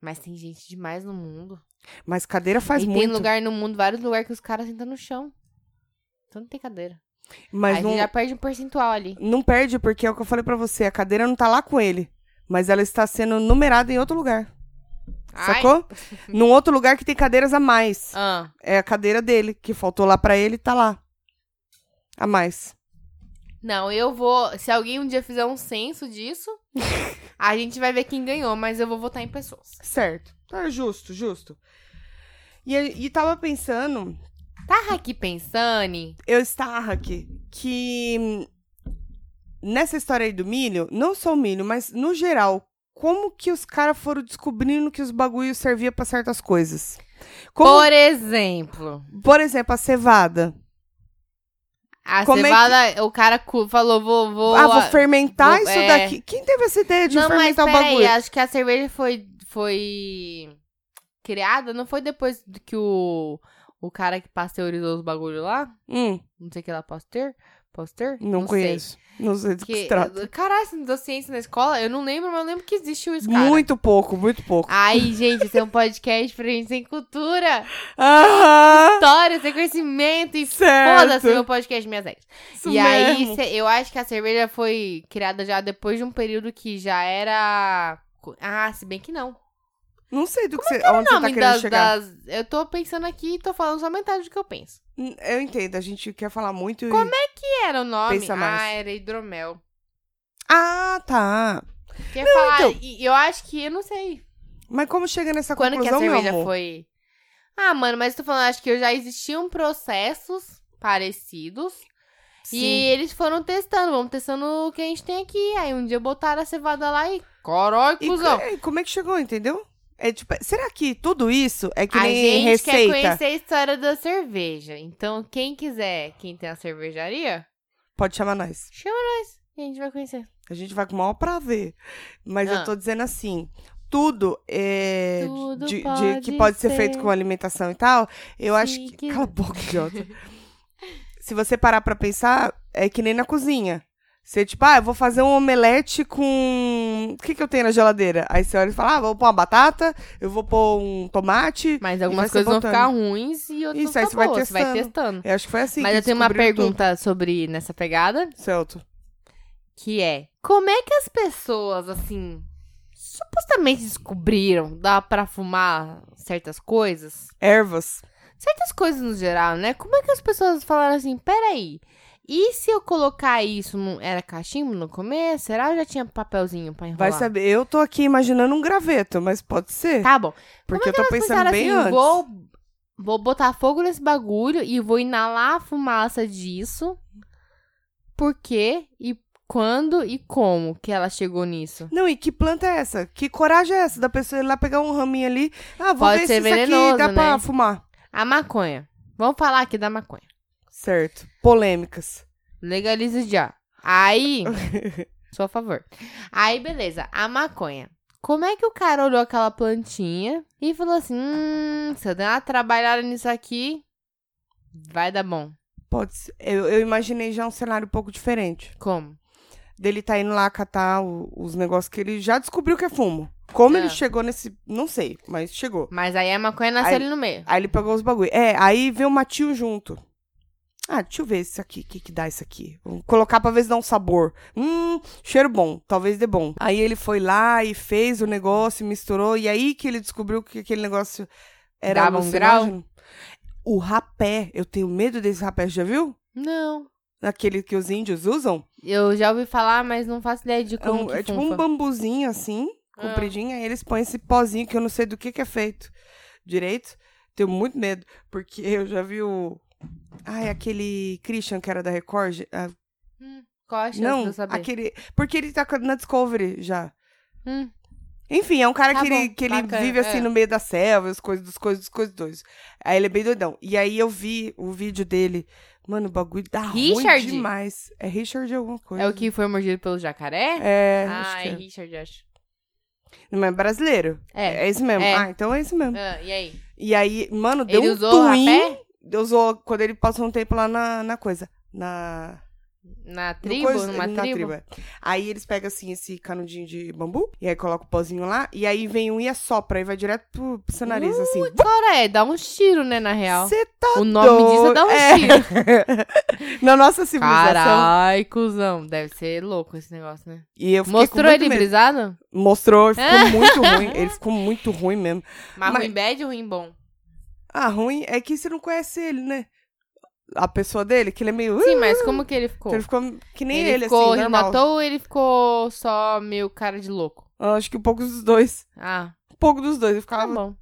[SPEAKER 2] Mas tem gente demais no mundo.
[SPEAKER 1] Mas cadeira faz
[SPEAKER 2] e
[SPEAKER 1] muito.
[SPEAKER 2] tem lugar no mundo, vários lugares que os caras sentam no chão. Então não tem cadeira.
[SPEAKER 1] Mas
[SPEAKER 2] aí
[SPEAKER 1] não,
[SPEAKER 2] você já perde um percentual ali.
[SPEAKER 1] não perde, porque é o que eu falei pra você. A cadeira não tá lá com ele. Mas ela está sendo numerada em outro lugar.
[SPEAKER 2] Ai.
[SPEAKER 1] Sacou? Num outro lugar que tem cadeiras a mais.
[SPEAKER 2] Ah,
[SPEAKER 1] É a cadeira dele, que faltou lá pra ele, tá lá. A mais.
[SPEAKER 2] Não, eu vou. Se alguém um dia fizer um censo disso, a gente vai ver quem ganhou, mas eu vou votar em pessoas.
[SPEAKER 1] Certo. Tá justo, justo. E, e tava pensando,
[SPEAKER 2] Tá aqui pensando?
[SPEAKER 1] eu estava aqui, que hum, nessa história aí do milho, não só o milho, mas no geral, como que os caras foram descobrindo que os bagulhos servia pra certas coisas? Como,
[SPEAKER 2] Por exemplo,
[SPEAKER 1] por... exemplo, a cevada.
[SPEAKER 2] a
[SPEAKER 1] Como é que-
[SPEAKER 2] cevada, o cara cu- falou, vou. vou
[SPEAKER 1] ah, vou
[SPEAKER 2] a-
[SPEAKER 1] fermentar
[SPEAKER 2] vou-
[SPEAKER 1] isso
[SPEAKER 2] é.
[SPEAKER 1] daqui. Quem teve essa ideia de
[SPEAKER 2] Não, mas
[SPEAKER 1] fermentar o bagulho?
[SPEAKER 2] peraí, acho que a cerveja foi. foi criada, não foi depois do que o, o cara que pasteurizou os bagulho lá?
[SPEAKER 1] Hum,
[SPEAKER 2] Não sei o que lá, Pasteur? Pasteur?
[SPEAKER 1] não,
[SPEAKER 2] sei.
[SPEAKER 1] conheço. Não sei do que, se
[SPEAKER 2] Que,
[SPEAKER 1] trata.
[SPEAKER 2] caralho, você não deu ciência na escola? Eu não lembro, mas eu lembro que existiu isso, cara.
[SPEAKER 1] Muito pouco, muito pouco.
[SPEAKER 2] Ai, gente, esse é um podcast pra gente sem cultura,
[SPEAKER 1] Aham,
[SPEAKER 2] história, sem conhecimento e
[SPEAKER 1] Ah, certo.
[SPEAKER 2] foda-se meu podcast, minhas ex.
[SPEAKER 1] Isso
[SPEAKER 2] E aí,
[SPEAKER 1] mesmo.
[SPEAKER 2] cê- eu acho que a cerveja foi criada já depois de um período que já era. co- Ah, se bem que não.
[SPEAKER 1] Não sei do que você, onde você tá
[SPEAKER 2] é Nome
[SPEAKER 1] querendo
[SPEAKER 2] das,
[SPEAKER 1] chegar.
[SPEAKER 2] das- Eu tô pensando aqui e tô falando só metade do que eu penso.
[SPEAKER 1] Hum, Eu entendo, a gente quer falar muito e-
[SPEAKER 2] Como é? Que era o nome?
[SPEAKER 1] Pensa mais.
[SPEAKER 2] ah, era hidromel.
[SPEAKER 1] Ah, tá.
[SPEAKER 2] Quer falar?
[SPEAKER 1] então.
[SPEAKER 2] e Eu acho que eu não sei.
[SPEAKER 1] Mas como chega nessa
[SPEAKER 2] Quando que a
[SPEAKER 1] conclusão, meu
[SPEAKER 2] cerveja
[SPEAKER 1] amor?
[SPEAKER 2] foi? Ah, mano, mas tô falando, acho que já existiam processos parecidos. E
[SPEAKER 1] Sim.
[SPEAKER 2] eles foram testando, vamos testando o que a gente tem aqui. Aí um dia botaram a cevada lá e. Corói,
[SPEAKER 1] E,
[SPEAKER 2] cuzão!
[SPEAKER 1] co- é, como é que chegou, entendeu? É tipo, será que tudo isso é que
[SPEAKER 2] a
[SPEAKER 1] nem
[SPEAKER 2] gente
[SPEAKER 1] receita?
[SPEAKER 2] quer conhecer a história da cerveja. Então, quem quiser, quem tem a cervejaria,
[SPEAKER 1] Pode chamar nós.
[SPEAKER 2] chama nós. E a gente vai conhecer.
[SPEAKER 1] A gente vai com o maior prazer. Mas eu
[SPEAKER 2] Ah.
[SPEAKER 1] tô dizendo assim, tudo é
[SPEAKER 2] Tudo
[SPEAKER 1] de, de-
[SPEAKER 2] pode
[SPEAKER 1] que pode ser,
[SPEAKER 2] ser.
[SPEAKER 1] feito com alimentação e tal. Eu acho
[SPEAKER 2] Sim,
[SPEAKER 1] que,
[SPEAKER 2] que-
[SPEAKER 1] cala a boca, idiota. Se você parar pra pensar, é que nem na cozinha. Você, tipo, ah, eu vou fazer um omelete com. O que, que eu tenho na geladeira? Aí você olha e fala, ah, vou pôr uma batata, eu vou pôr um tomate.
[SPEAKER 2] Mas
[SPEAKER 1] vai
[SPEAKER 2] algumas
[SPEAKER 1] ser
[SPEAKER 2] coisas vão
[SPEAKER 1] botando.
[SPEAKER 2] ficar ruins e outras
[SPEAKER 1] Isso,
[SPEAKER 2] vão
[SPEAKER 1] aí
[SPEAKER 2] ficar
[SPEAKER 1] você vai
[SPEAKER 2] boas. Você vai
[SPEAKER 1] testando.
[SPEAKER 2] testando.
[SPEAKER 1] Eu acho que foi assim.
[SPEAKER 2] Mas
[SPEAKER 1] que
[SPEAKER 2] eu tenho uma
[SPEAKER 1] descobriram tudo.
[SPEAKER 2] pergunta sobre nessa pegada,
[SPEAKER 1] Celto.
[SPEAKER 2] que é: como é que as pessoas, assim, supostamente descobriram dá pra fumar certas coisas?
[SPEAKER 1] Ervas.
[SPEAKER 2] Certas coisas no geral, né? Como é que as pessoas falaram assim: peraí, e se eu colocar isso? num- era cachimbo no começo? Será que já tinha papelzinho pra enrolar?
[SPEAKER 1] Vai saber. Eu tô aqui imaginando um graveto, mas pode ser.
[SPEAKER 2] Tá bom.
[SPEAKER 1] porque
[SPEAKER 2] Como é
[SPEAKER 1] eu tô
[SPEAKER 2] que elas
[SPEAKER 1] pensando
[SPEAKER 2] pensaram
[SPEAKER 1] bem
[SPEAKER 2] assim,
[SPEAKER 1] antes.
[SPEAKER 2] Vou, vou botar fogo nesse bagulho e vou inalar a fumaça disso. Por quê? E quando e como que ela chegou nisso?
[SPEAKER 1] Não, e que planta é essa? Que coragem é essa da pessoa ir lá pegar um raminho ali? Ah, vou
[SPEAKER 2] Pode
[SPEAKER 1] ver
[SPEAKER 2] ser
[SPEAKER 1] se isso aqui
[SPEAKER 2] venenoso,
[SPEAKER 1] dá pra
[SPEAKER 2] né?
[SPEAKER 1] fumar.
[SPEAKER 2] A maconha. Vamos falar aqui da maconha.
[SPEAKER 1] Certo. Polêmicas.
[SPEAKER 2] Legaliza já. Aí. sou a favor. Aí, beleza. A maconha. Como é que o cara olhou aquela plantinha e falou assim: hum, se eu der uma trabalhada nisso aqui, vai dar bom.
[SPEAKER 1] Pode ser. Eu, eu imaginei já um cenário um pouco diferente.
[SPEAKER 2] Como?
[SPEAKER 1] Dele tá indo lá catar o- os negócios que ele já descobriu que é fumo. Como
[SPEAKER 2] É.
[SPEAKER 1] ele chegou nesse. Não sei, mas chegou.
[SPEAKER 2] Mas aí a maconha nasceu
[SPEAKER 1] Aí-
[SPEAKER 2] ali no meio.
[SPEAKER 1] Aí ele pegou os bagulho. É, aí veio uma tio junto. Ah, deixa eu ver isso aqui, o que, que dá isso aqui. Vou colocar pra ver se dá um sabor. Hum, cheiro bom, talvez dê bom. Aí ele foi lá e fez o negócio, misturou, e aí que ele descobriu que aquele negócio era
[SPEAKER 2] Dava um grau?
[SPEAKER 1] alucinógeno. O rapé, eu tenho medo desse rapé, já viu?
[SPEAKER 2] Não.
[SPEAKER 1] Aquele que os índios usam.
[SPEAKER 2] Eu já ouvi falar, mas não faço ideia de
[SPEAKER 1] É,
[SPEAKER 2] como
[SPEAKER 1] um-
[SPEAKER 2] que
[SPEAKER 1] é tipo
[SPEAKER 2] funfa.
[SPEAKER 1] um bambuzinho assim,
[SPEAKER 2] Ah.
[SPEAKER 1] compridinho, aí eles põem esse pozinho que eu não sei do que, que é feito direito. Tenho muito medo, porque eu já vi o. Ai, aquele Christian que era da Record. ah,
[SPEAKER 2] Qual a chance de
[SPEAKER 1] não,
[SPEAKER 2] eu saber?
[SPEAKER 1] aquele. Porque ele tá na Discovery já.
[SPEAKER 2] Hum,
[SPEAKER 1] Enfim, é um cara
[SPEAKER 2] Tá
[SPEAKER 1] que, ele,
[SPEAKER 2] bom,
[SPEAKER 1] que ele
[SPEAKER 2] bacana,
[SPEAKER 1] vive assim
[SPEAKER 2] é.
[SPEAKER 1] no meio da selva, as coisas dos coisas dos coisas dois. Aí ele é bem doidão. E aí eu vi o vídeo dele. Mano, o bagulho dá ruim
[SPEAKER 2] Richard?
[SPEAKER 1] demais. É Richard alguma coisa.
[SPEAKER 2] é o que foi mordido pelo jacaré?
[SPEAKER 1] É, acho
[SPEAKER 2] ah,
[SPEAKER 1] que
[SPEAKER 2] é
[SPEAKER 1] é.
[SPEAKER 2] Richard, acho.
[SPEAKER 1] Não é brasileiro.
[SPEAKER 2] É.
[SPEAKER 1] É esse mesmo.
[SPEAKER 2] É.
[SPEAKER 1] Ah, então é esse mesmo.
[SPEAKER 2] Ah, e aí?
[SPEAKER 1] E aí, mano, deu
[SPEAKER 2] Ele
[SPEAKER 1] um
[SPEAKER 2] usou o
[SPEAKER 1] twin.
[SPEAKER 2] rapé?
[SPEAKER 1] Usou quando ele passou um tempo lá na, na coisa. Na.
[SPEAKER 2] Na
[SPEAKER 1] no
[SPEAKER 2] tribo?
[SPEAKER 1] coisa-
[SPEAKER 2] numa
[SPEAKER 1] na
[SPEAKER 2] tribo?
[SPEAKER 1] é. Aí eles pegam assim esse canudinho de bambu. E aí coloca o pozinho lá. E aí vem um e assopra. E vai direto pro, pro seu nariz, assim.
[SPEAKER 2] Cara, é, dá um tiro, né, na real.
[SPEAKER 1] Cê tá
[SPEAKER 2] o nome disso é dar um tiro.
[SPEAKER 1] tiro. na nossa civilização.
[SPEAKER 2] Carai, cuzão. Deve ser louco esse negócio, né?
[SPEAKER 1] E eu fiquei
[SPEAKER 2] Mostrou
[SPEAKER 1] com muito
[SPEAKER 2] ele
[SPEAKER 1] medo.
[SPEAKER 2] brisado?
[SPEAKER 1] Mostrou, ficou muito ruim. Ele ficou muito ruim mesmo.
[SPEAKER 2] Mas,
[SPEAKER 1] Mas-
[SPEAKER 2] ruim bad ou ruim bom?
[SPEAKER 1] Ah, ruim é que você não conhece ele, né? A pessoa dele, que ele é meio.
[SPEAKER 2] Sim, mas como que ele ficou?
[SPEAKER 1] Então Ele ficou que nem ele,
[SPEAKER 2] ele ficou
[SPEAKER 1] assim, normal.
[SPEAKER 2] irritou ou ele ficou só meio cara de louco?
[SPEAKER 1] Eu acho que um pouco dos dois.
[SPEAKER 2] Ah,
[SPEAKER 1] Um pouco dos dois. Eu
[SPEAKER 2] tá
[SPEAKER 1] ficava...
[SPEAKER 2] bom.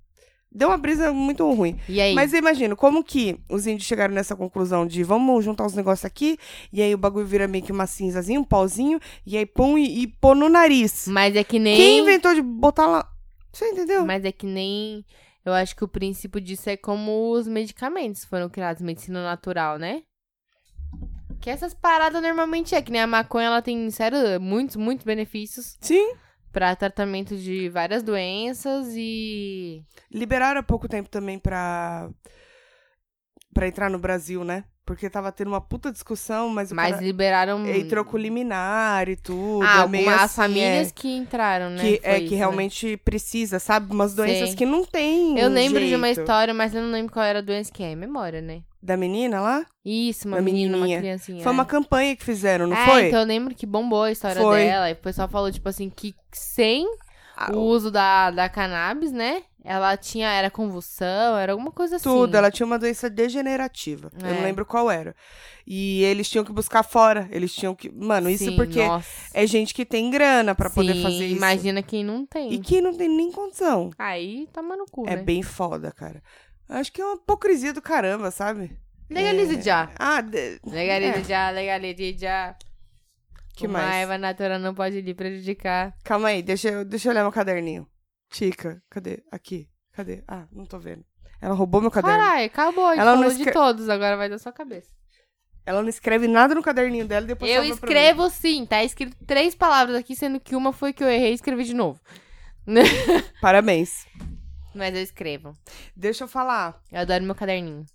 [SPEAKER 1] Deu uma brisa muito ruim.
[SPEAKER 2] E aí?
[SPEAKER 1] Mas eu imagino, como que os índios chegaram nessa conclusão de vamos juntar os negócios aqui, e aí o bagulho vira meio que uma cinzazinha, um pauzinho, e aí pum e, e pôr no nariz.
[SPEAKER 2] Mas é que nem.
[SPEAKER 1] Quem inventou de botar lá? Você entendeu?
[SPEAKER 2] Mas é que nem. Eu acho que o princípio disso é como os medicamentos foram criados, medicina natural, né? Que essas paradas normalmente é que nem a maconha, ela tem, sério, muitos, muitos benefícios
[SPEAKER 1] Sim.
[SPEAKER 2] pra tratamento de várias doenças e.
[SPEAKER 1] Liberaram há pouco tempo também pra... pra entrar no Brasil, né? Porque tava tendo uma puta discussão, mas o
[SPEAKER 2] Mas
[SPEAKER 1] cara...
[SPEAKER 2] liberaram.
[SPEAKER 1] Entrou com liminar e tudo.
[SPEAKER 2] ah,
[SPEAKER 1] é meio
[SPEAKER 2] algumas
[SPEAKER 1] assim, é.
[SPEAKER 2] famílias que entraram, né?
[SPEAKER 1] Que,
[SPEAKER 2] Foi
[SPEAKER 1] é,
[SPEAKER 2] isso,
[SPEAKER 1] que
[SPEAKER 2] né?
[SPEAKER 1] realmente precisa, sabe? Umas doenças
[SPEAKER 2] Sei.
[SPEAKER 1] que não tem.
[SPEAKER 2] Eu lembro de uma
[SPEAKER 1] jeito.
[SPEAKER 2] história, mas eu não lembro qual era a doença que é. Memória, né?
[SPEAKER 1] Da menina lá?
[SPEAKER 2] Isso, uma
[SPEAKER 1] Uma
[SPEAKER 2] menina, uma
[SPEAKER 1] menininha.
[SPEAKER 2] criancinha.
[SPEAKER 1] Foi
[SPEAKER 2] é.
[SPEAKER 1] uma campanha que fizeram, não
[SPEAKER 2] é,
[SPEAKER 1] foi?
[SPEAKER 2] então eu lembro que bombou a história
[SPEAKER 1] Foi.
[SPEAKER 2] dela. E o pessoal falou, tipo assim, que sem
[SPEAKER 1] Ah,
[SPEAKER 2] o uso da, da cannabis, né? Ela tinha, era convulsão, era alguma coisa
[SPEAKER 1] Tudo,
[SPEAKER 2] assim.
[SPEAKER 1] ela tinha uma doença degenerativa. Eu
[SPEAKER 2] É.
[SPEAKER 1] não lembro qual era. E eles tinham que buscar fora. Eles tinham que. Mano, tá isso
[SPEAKER 2] Sim,
[SPEAKER 1] porque
[SPEAKER 2] nossa.
[SPEAKER 1] é gente que tem grana pra poder
[SPEAKER 2] Sim,
[SPEAKER 1] fazer isso.
[SPEAKER 2] Imagina quem não tem.
[SPEAKER 1] E que não tem nem condição.
[SPEAKER 2] Aí toma no cu,
[SPEAKER 1] É
[SPEAKER 2] né?
[SPEAKER 1] bem foda, cara. Acho que é uma hipocrisia do caramba, sabe?
[SPEAKER 2] Legalize já.
[SPEAKER 1] Ah, de-
[SPEAKER 2] Legalize já, legalize já.
[SPEAKER 1] Que
[SPEAKER 2] Uma
[SPEAKER 1] mais?
[SPEAKER 2] erva natural não pode lhe prejudicar.
[SPEAKER 1] Calma aí, deixa eu, deixa eu olhar meu caderninho. Tica, cadê? Aqui, cadê? Ah, não tô vendo. Ela roubou meu caderno.
[SPEAKER 2] Caralho, acabou. A gente
[SPEAKER 1] Ela não
[SPEAKER 2] falou de
[SPEAKER 1] escre-
[SPEAKER 2] todos, agora vai da sua cabeça.
[SPEAKER 1] Ela não escreve nada no caderninho dela e depois
[SPEAKER 2] Eu
[SPEAKER 1] sobra pra
[SPEAKER 2] escrevo sim, tá escrito três palavras aqui, sendo que uma foi que eu errei e escrevi de novo.
[SPEAKER 1] mim. Parabéns.
[SPEAKER 2] Mas eu escrevo.
[SPEAKER 1] Deixa eu falar.
[SPEAKER 2] Eu adoro meu caderninho.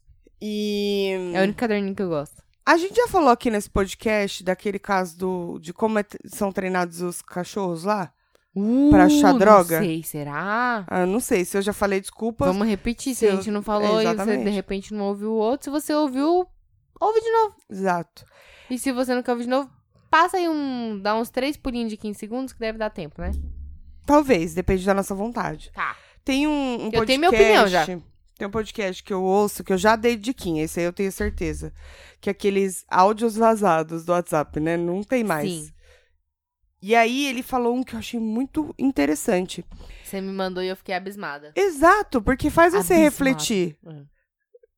[SPEAKER 1] E.
[SPEAKER 2] É o único caderninho que eu gosto.
[SPEAKER 1] A gente já falou aqui nesse podcast daquele caso do, de como é t- são treinados os cachorros lá?
[SPEAKER 2] Uh,
[SPEAKER 1] Pra achar droga?
[SPEAKER 2] Não sei, será?
[SPEAKER 1] Ah, não sei, se eu já falei, desculpa.
[SPEAKER 2] Vamos repetir, se
[SPEAKER 1] se
[SPEAKER 2] a
[SPEAKER 1] eu-
[SPEAKER 2] gente não falou e você
[SPEAKER 1] Exatamente.
[SPEAKER 2] de repente não ouviu o outro. Se você ouviu, ouve de novo.
[SPEAKER 1] Exato.
[SPEAKER 2] E se você nunca ouviu de novo, passa aí um. dá uns três pulinhos de 15 segundos que deve dar tempo, né?
[SPEAKER 1] Talvez, depende da nossa vontade.
[SPEAKER 2] Tá.
[SPEAKER 1] Tem um, um podcast.
[SPEAKER 2] Eu tenho minha opinião já.
[SPEAKER 1] Tem um podcast que eu ouço, que eu já dei diquinha, esse aí eu tenho certeza. Que é aqueles áudios vazados do WhatsApp, né? Não tem mais.
[SPEAKER 2] Sim.
[SPEAKER 1] E aí ele falou um que eu achei muito interessante.
[SPEAKER 2] Você me mandou e eu fiquei abismada.
[SPEAKER 1] Exato, porque faz você
[SPEAKER 2] Abismado.
[SPEAKER 1] refletir
[SPEAKER 2] Hum.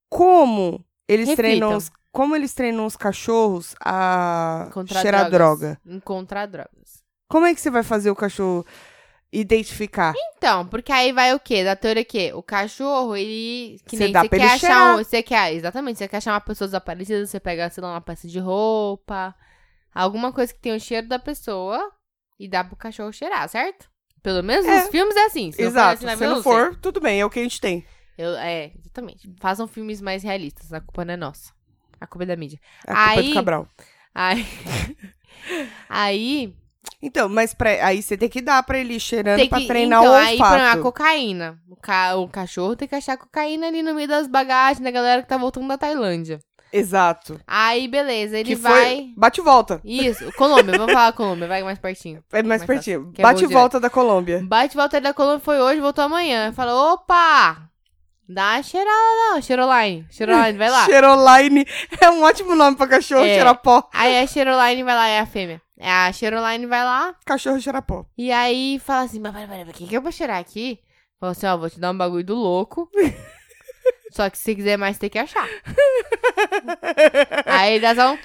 [SPEAKER 1] como eles
[SPEAKER 2] Reflitam.
[SPEAKER 1] treinam os, como eles treinam os cachorros a
[SPEAKER 2] Encontrar
[SPEAKER 1] cheirar
[SPEAKER 2] drogas.
[SPEAKER 1] droga.
[SPEAKER 2] Encontrar drogas.
[SPEAKER 1] Como é que você vai fazer o cachorro identificar?
[SPEAKER 2] Então, porque aí vai o quê? Da teoria que o cachorro, ele. Que
[SPEAKER 1] Você
[SPEAKER 2] nem
[SPEAKER 1] dá
[SPEAKER 2] você
[SPEAKER 1] pra
[SPEAKER 2] quer
[SPEAKER 1] ele
[SPEAKER 2] achar
[SPEAKER 1] cheirar.
[SPEAKER 2] um, Você quer. Exatamente, você quer achar uma pessoa desaparecida, você pega, sei lá, uma peça de roupa. Alguma coisa que tem o cheiro da pessoa e dá pro cachorro cheirar, certo? Pelo menos
[SPEAKER 1] É.
[SPEAKER 2] nos filmes é assim. Se não for
[SPEAKER 1] Exato.
[SPEAKER 2] assim na
[SPEAKER 1] Se
[SPEAKER 2] vida, eu
[SPEAKER 1] não
[SPEAKER 2] sei.
[SPEAKER 1] for, tudo bem, é o que a gente tem.
[SPEAKER 2] Eu- é, exatamente. Façam filmes mais realistas. A culpa não é nossa. A culpa é da mídia.
[SPEAKER 1] A culpa é
[SPEAKER 2] Aí-
[SPEAKER 1] do Cabral.
[SPEAKER 2] Aí. aí
[SPEAKER 1] Então, mas pra- aí você tem que dar pra ele ir cheirando
[SPEAKER 2] tem
[SPEAKER 1] pra
[SPEAKER 2] que.
[SPEAKER 1] treinar
[SPEAKER 2] então,
[SPEAKER 1] o
[SPEAKER 2] aí
[SPEAKER 1] olfato.
[SPEAKER 2] pra a cocaína. O, ca- o cachorro tem que achar cocaína ali no meio das bagagens da galera que tá voltando da Tailândia.
[SPEAKER 1] Exato.
[SPEAKER 2] Aí, beleza, ele
[SPEAKER 1] que foi...
[SPEAKER 2] vai.
[SPEAKER 1] Bate e volta.
[SPEAKER 2] Isso, Colômbia, vamos falar Colômbia, vai mais pertinho.
[SPEAKER 1] É mais,
[SPEAKER 2] Mais
[SPEAKER 1] pertinho.
[SPEAKER 2] fácil, que é
[SPEAKER 1] Bate e
[SPEAKER 2] voo
[SPEAKER 1] volta da Colômbia.
[SPEAKER 2] Bate e volta da Colômbia foi hoje, voltou amanhã. Fala, opa! Dá uma cheirada, não, Cheiroline. Cheiroline, vai lá.
[SPEAKER 1] Cheiroline é um ótimo nome pra cachorro
[SPEAKER 2] É.
[SPEAKER 1] cheirar pó.
[SPEAKER 2] Aí a Cheiroline vai lá, é a fêmea. A Cheiroline vai lá,
[SPEAKER 1] Cachorro cheirar pó.
[SPEAKER 2] E aí fala assim, mas peraí, peraí, o que, que eu vou cheirar aqui? Fala assim, ó, vou te dar um bagulho do louco. só que se quiser mais, tem que achar. aí dá só um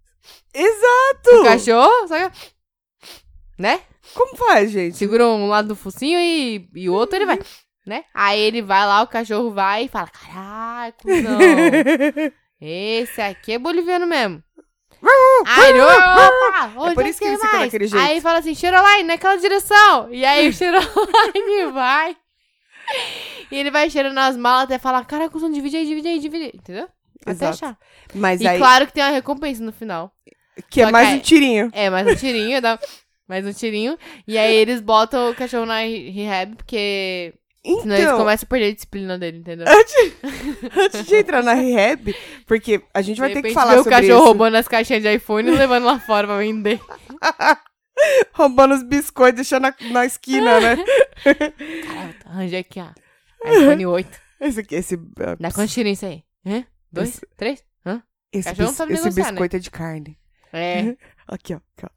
[SPEAKER 1] Exato!
[SPEAKER 2] cachorro, só que... Né?
[SPEAKER 1] Como faz, gente?
[SPEAKER 2] Segura um lado do focinho e, e o outro ele vai, né? Aí ele vai lá, o cachorro vai e fala, caraca, cuzão, esse aqui é boliviano mesmo. Aí, ele, opa, onde
[SPEAKER 1] É
[SPEAKER 2] é
[SPEAKER 1] por isso que
[SPEAKER 2] tem
[SPEAKER 1] ele fica
[SPEAKER 2] mais?
[SPEAKER 1] daquele jeito.
[SPEAKER 2] Aí fala assim, Cheroline, naquela direção. E aí o Cheroline vai. E ele vai cheirando as malas até falar, caraca, cuzão, divide aí, divide aí, divide aí. Entendeu? Até
[SPEAKER 1] Exato.
[SPEAKER 2] achar.
[SPEAKER 1] Mas
[SPEAKER 2] E
[SPEAKER 1] aí,
[SPEAKER 2] claro que tem uma recompensa no final.
[SPEAKER 1] que é
[SPEAKER 2] só
[SPEAKER 1] mais
[SPEAKER 2] que
[SPEAKER 1] um
[SPEAKER 2] aí-
[SPEAKER 1] tirinho.
[SPEAKER 2] É, mais um tirinho, dá mais um tirinho. E aí eles botam o cachorro na re- rehab, porque senão eles
[SPEAKER 1] Então,
[SPEAKER 2] começam a perder a disciplina dele, entendeu?
[SPEAKER 1] antes de entrar na rehab, porque a gente vai
[SPEAKER 2] De
[SPEAKER 1] ter que
[SPEAKER 2] repente
[SPEAKER 1] falar
[SPEAKER 2] vê o
[SPEAKER 1] sobre
[SPEAKER 2] cachorro
[SPEAKER 1] isso.
[SPEAKER 2] roubando as caixinhas de iPhone e levando lá fora pra vender.
[SPEAKER 1] Roubando os biscoitos, deixando na, na esquina, né?
[SPEAKER 2] Caralho, arranjei Ah, aqui, ó. iPhone 8.
[SPEAKER 1] Esse, aqui- esse, é,
[SPEAKER 2] Dá quantos tirinhos isso aí? Hã? Dois?
[SPEAKER 1] Esse-
[SPEAKER 2] Três?
[SPEAKER 1] esse,
[SPEAKER 2] cachorro
[SPEAKER 1] bis-
[SPEAKER 2] sabe
[SPEAKER 1] esse
[SPEAKER 2] negociar, né?
[SPEAKER 1] biscoito é de carne.
[SPEAKER 2] É.
[SPEAKER 1] Aqui, ó. aqui, ó.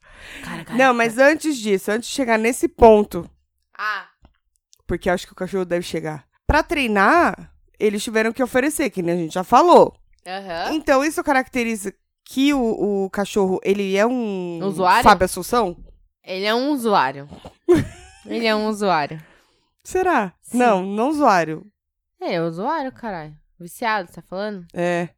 [SPEAKER 2] Cara, cara.
[SPEAKER 1] Não, mas antes disso, antes de chegar nesse ponto,
[SPEAKER 2] Ah,
[SPEAKER 1] porque acho que o cachorro deve chegar. Pra treinar, eles tiveram que oferecer, que nem a gente já falou.
[SPEAKER 2] aham.
[SPEAKER 1] Então, isso caracteriza que o, o cachorro, ele é um...
[SPEAKER 2] Usuário?
[SPEAKER 1] Fábio Assunção?
[SPEAKER 2] Ele é um usuário. Ele é um usuário.
[SPEAKER 1] Será?
[SPEAKER 2] Sim.
[SPEAKER 1] Não, não usuário.
[SPEAKER 2] Ele é usuário, caralho. Viciado, você tá falando?
[SPEAKER 1] É.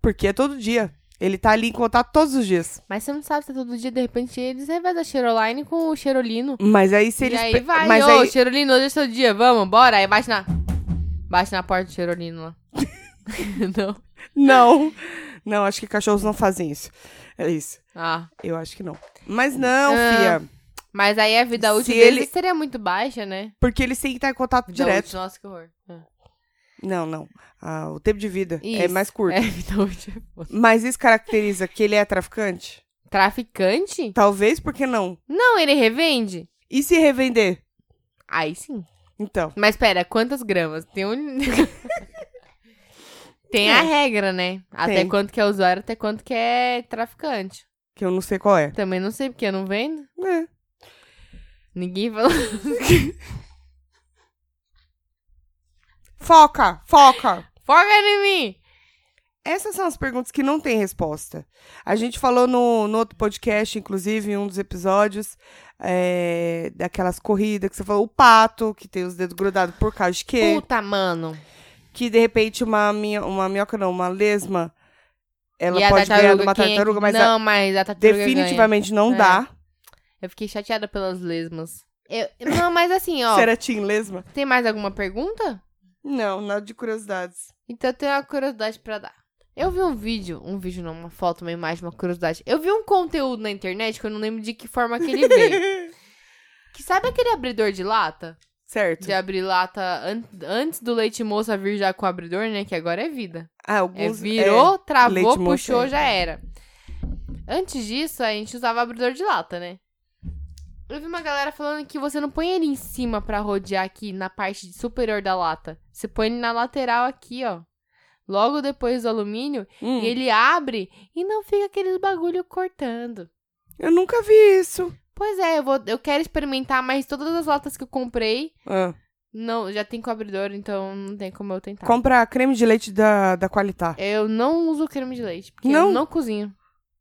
[SPEAKER 1] Porque é todo dia. Ele tá ali em contato todos os dias.
[SPEAKER 2] Mas você não sabe se é todo dia, de repente, eles revezam a Cheroline com o Cherolino.
[SPEAKER 1] Mas aí se
[SPEAKER 2] E
[SPEAKER 1] eles...
[SPEAKER 2] aí
[SPEAKER 1] pe-
[SPEAKER 2] vai,
[SPEAKER 1] Mas
[SPEAKER 2] ô,
[SPEAKER 1] aí...
[SPEAKER 2] Cherolino, hoje é seu dia, vamos, bora. Aí bate na... Bate na porta do Cherolino lá. não.
[SPEAKER 1] Não. Não, acho que cachorros não fazem isso. É isso.
[SPEAKER 2] Ah.
[SPEAKER 1] Eu acho que não. Mas não,
[SPEAKER 2] Ah.
[SPEAKER 1] fia.
[SPEAKER 2] Mas aí a
[SPEAKER 1] Se
[SPEAKER 2] vida útil
[SPEAKER 1] ele-
[SPEAKER 2] deles seria muito baixa, né?
[SPEAKER 1] Porque eles têm que estar em contato
[SPEAKER 2] Vida
[SPEAKER 1] direto.
[SPEAKER 2] útil, nossa, que horror. Ah.
[SPEAKER 1] Não, não. Ah, o tempo de vida é
[SPEAKER 2] Isso.
[SPEAKER 1] mais curto.
[SPEAKER 2] É, vida útil. é foda.
[SPEAKER 1] Mas isso caracteriza que ele é traficante?
[SPEAKER 2] Traficante?
[SPEAKER 1] Talvez, por que não?
[SPEAKER 2] Não, ele revende?
[SPEAKER 1] E se revender?
[SPEAKER 2] Aí sim.
[SPEAKER 1] Então.
[SPEAKER 2] Mas pera, quantas gramas? Tem um... Tem a
[SPEAKER 1] É.
[SPEAKER 2] regra, né? Até
[SPEAKER 1] Tem.
[SPEAKER 2] quanto que é usuário, até quanto que é traficante.
[SPEAKER 1] Que eu não sei qual é.
[SPEAKER 2] Também não sei, porque eu não vendo.
[SPEAKER 1] É.
[SPEAKER 2] Ninguém falou.
[SPEAKER 1] Foca! Foca!
[SPEAKER 2] Foca em mim!
[SPEAKER 1] Essas são as perguntas que não tem resposta. A gente falou no, no outro podcast, inclusive, em um dos episódios, é, daquelas corridas que você falou, o pato, que tem os dedos grudados por causa de quê?
[SPEAKER 2] Puta, mano.
[SPEAKER 1] Que de repente uma, minha, uma minhoca, não, uma lesma, ela
[SPEAKER 2] E a
[SPEAKER 1] pode ganhar de
[SPEAKER 2] tartaruga,
[SPEAKER 1] uma
[SPEAKER 2] quem é que-
[SPEAKER 1] tartaruga, mas a-
[SPEAKER 2] Não, mas a tartaruga ganha.
[SPEAKER 1] definitivamente não
[SPEAKER 2] É.
[SPEAKER 1] dá.
[SPEAKER 2] Eu fiquei chateada pelas lesmas. Eu- Não, mas assim, ó.
[SPEAKER 1] Será Tim Lesma?
[SPEAKER 2] Tem mais alguma pergunta?
[SPEAKER 1] Não, nada de curiosidades.
[SPEAKER 2] Então eu tenho uma curiosidade pra dar. Eu vi um vídeo, um vídeo não, uma foto, uma imagem, uma curiosidade. Eu vi um conteúdo na internet que eu não lembro de que forma que ele veio. que sabe aquele abridor de lata?
[SPEAKER 1] certo.
[SPEAKER 2] De abrir lata an- antes do leite moça vir já com o abridor, né? Que agora é vida.
[SPEAKER 1] Ah,
[SPEAKER 2] É,
[SPEAKER 1] alguns,
[SPEAKER 2] virou,
[SPEAKER 1] leite
[SPEAKER 2] travou,
[SPEAKER 1] moça,
[SPEAKER 2] puxou,
[SPEAKER 1] é.
[SPEAKER 2] já era. Antes disso, a gente usava abridor de lata, né? Eu vi uma galera falando que você não põe ele em cima pra rodear aqui na parte superior da lata. Você põe ele na lateral aqui, ó. Logo depois do alumínio,
[SPEAKER 1] é. Hum,
[SPEAKER 2] e ele abre e não fica aqueles bagulho cortando.
[SPEAKER 1] Eu nunca vi isso.
[SPEAKER 2] Pois é, eu, vou, eu quero experimentar, mas todas as latas que eu comprei
[SPEAKER 1] Ah,
[SPEAKER 2] não, já tem com abridor, então não tem como eu tentar.
[SPEAKER 1] Compra creme de leite da, da Qualitar.
[SPEAKER 2] Eu não uso creme de leite, porque
[SPEAKER 1] Não?
[SPEAKER 2] eu não cozinho.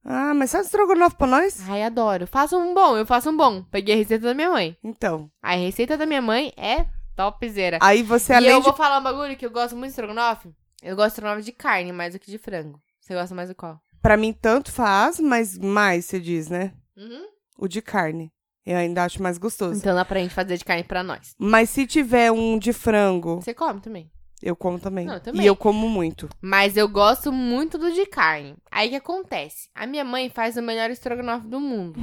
[SPEAKER 1] Ah, mas sabe estrogonofe pra nós?
[SPEAKER 2] Ai, adoro. Faça um bom, eu faço um bom. Peguei a receita da minha mãe.
[SPEAKER 1] Então.
[SPEAKER 2] A receita da minha mãe é topzera.
[SPEAKER 1] Aí você,
[SPEAKER 2] e
[SPEAKER 1] além
[SPEAKER 2] eu
[SPEAKER 1] de...
[SPEAKER 2] vou falar um bagulho que eu gosto muito de estrogonofe. Eu gosto de estrogonofe de carne mais do que de frango. Você gosta mais do qual?
[SPEAKER 1] Pra mim, tanto faz, mas mais, você diz, né?
[SPEAKER 2] Uhum.
[SPEAKER 1] O de carne. Eu ainda acho mais gostoso.
[SPEAKER 2] Então dá pra gente fazer de carne pra nós.
[SPEAKER 1] Mas se tiver um de frango,
[SPEAKER 2] Você come também.
[SPEAKER 1] eu como também.
[SPEAKER 2] Não, eu também.
[SPEAKER 1] E eu como muito.
[SPEAKER 2] Mas eu gosto muito do de carne. Aí o que acontece? A minha mãe faz o melhor estrogonofe do mundo.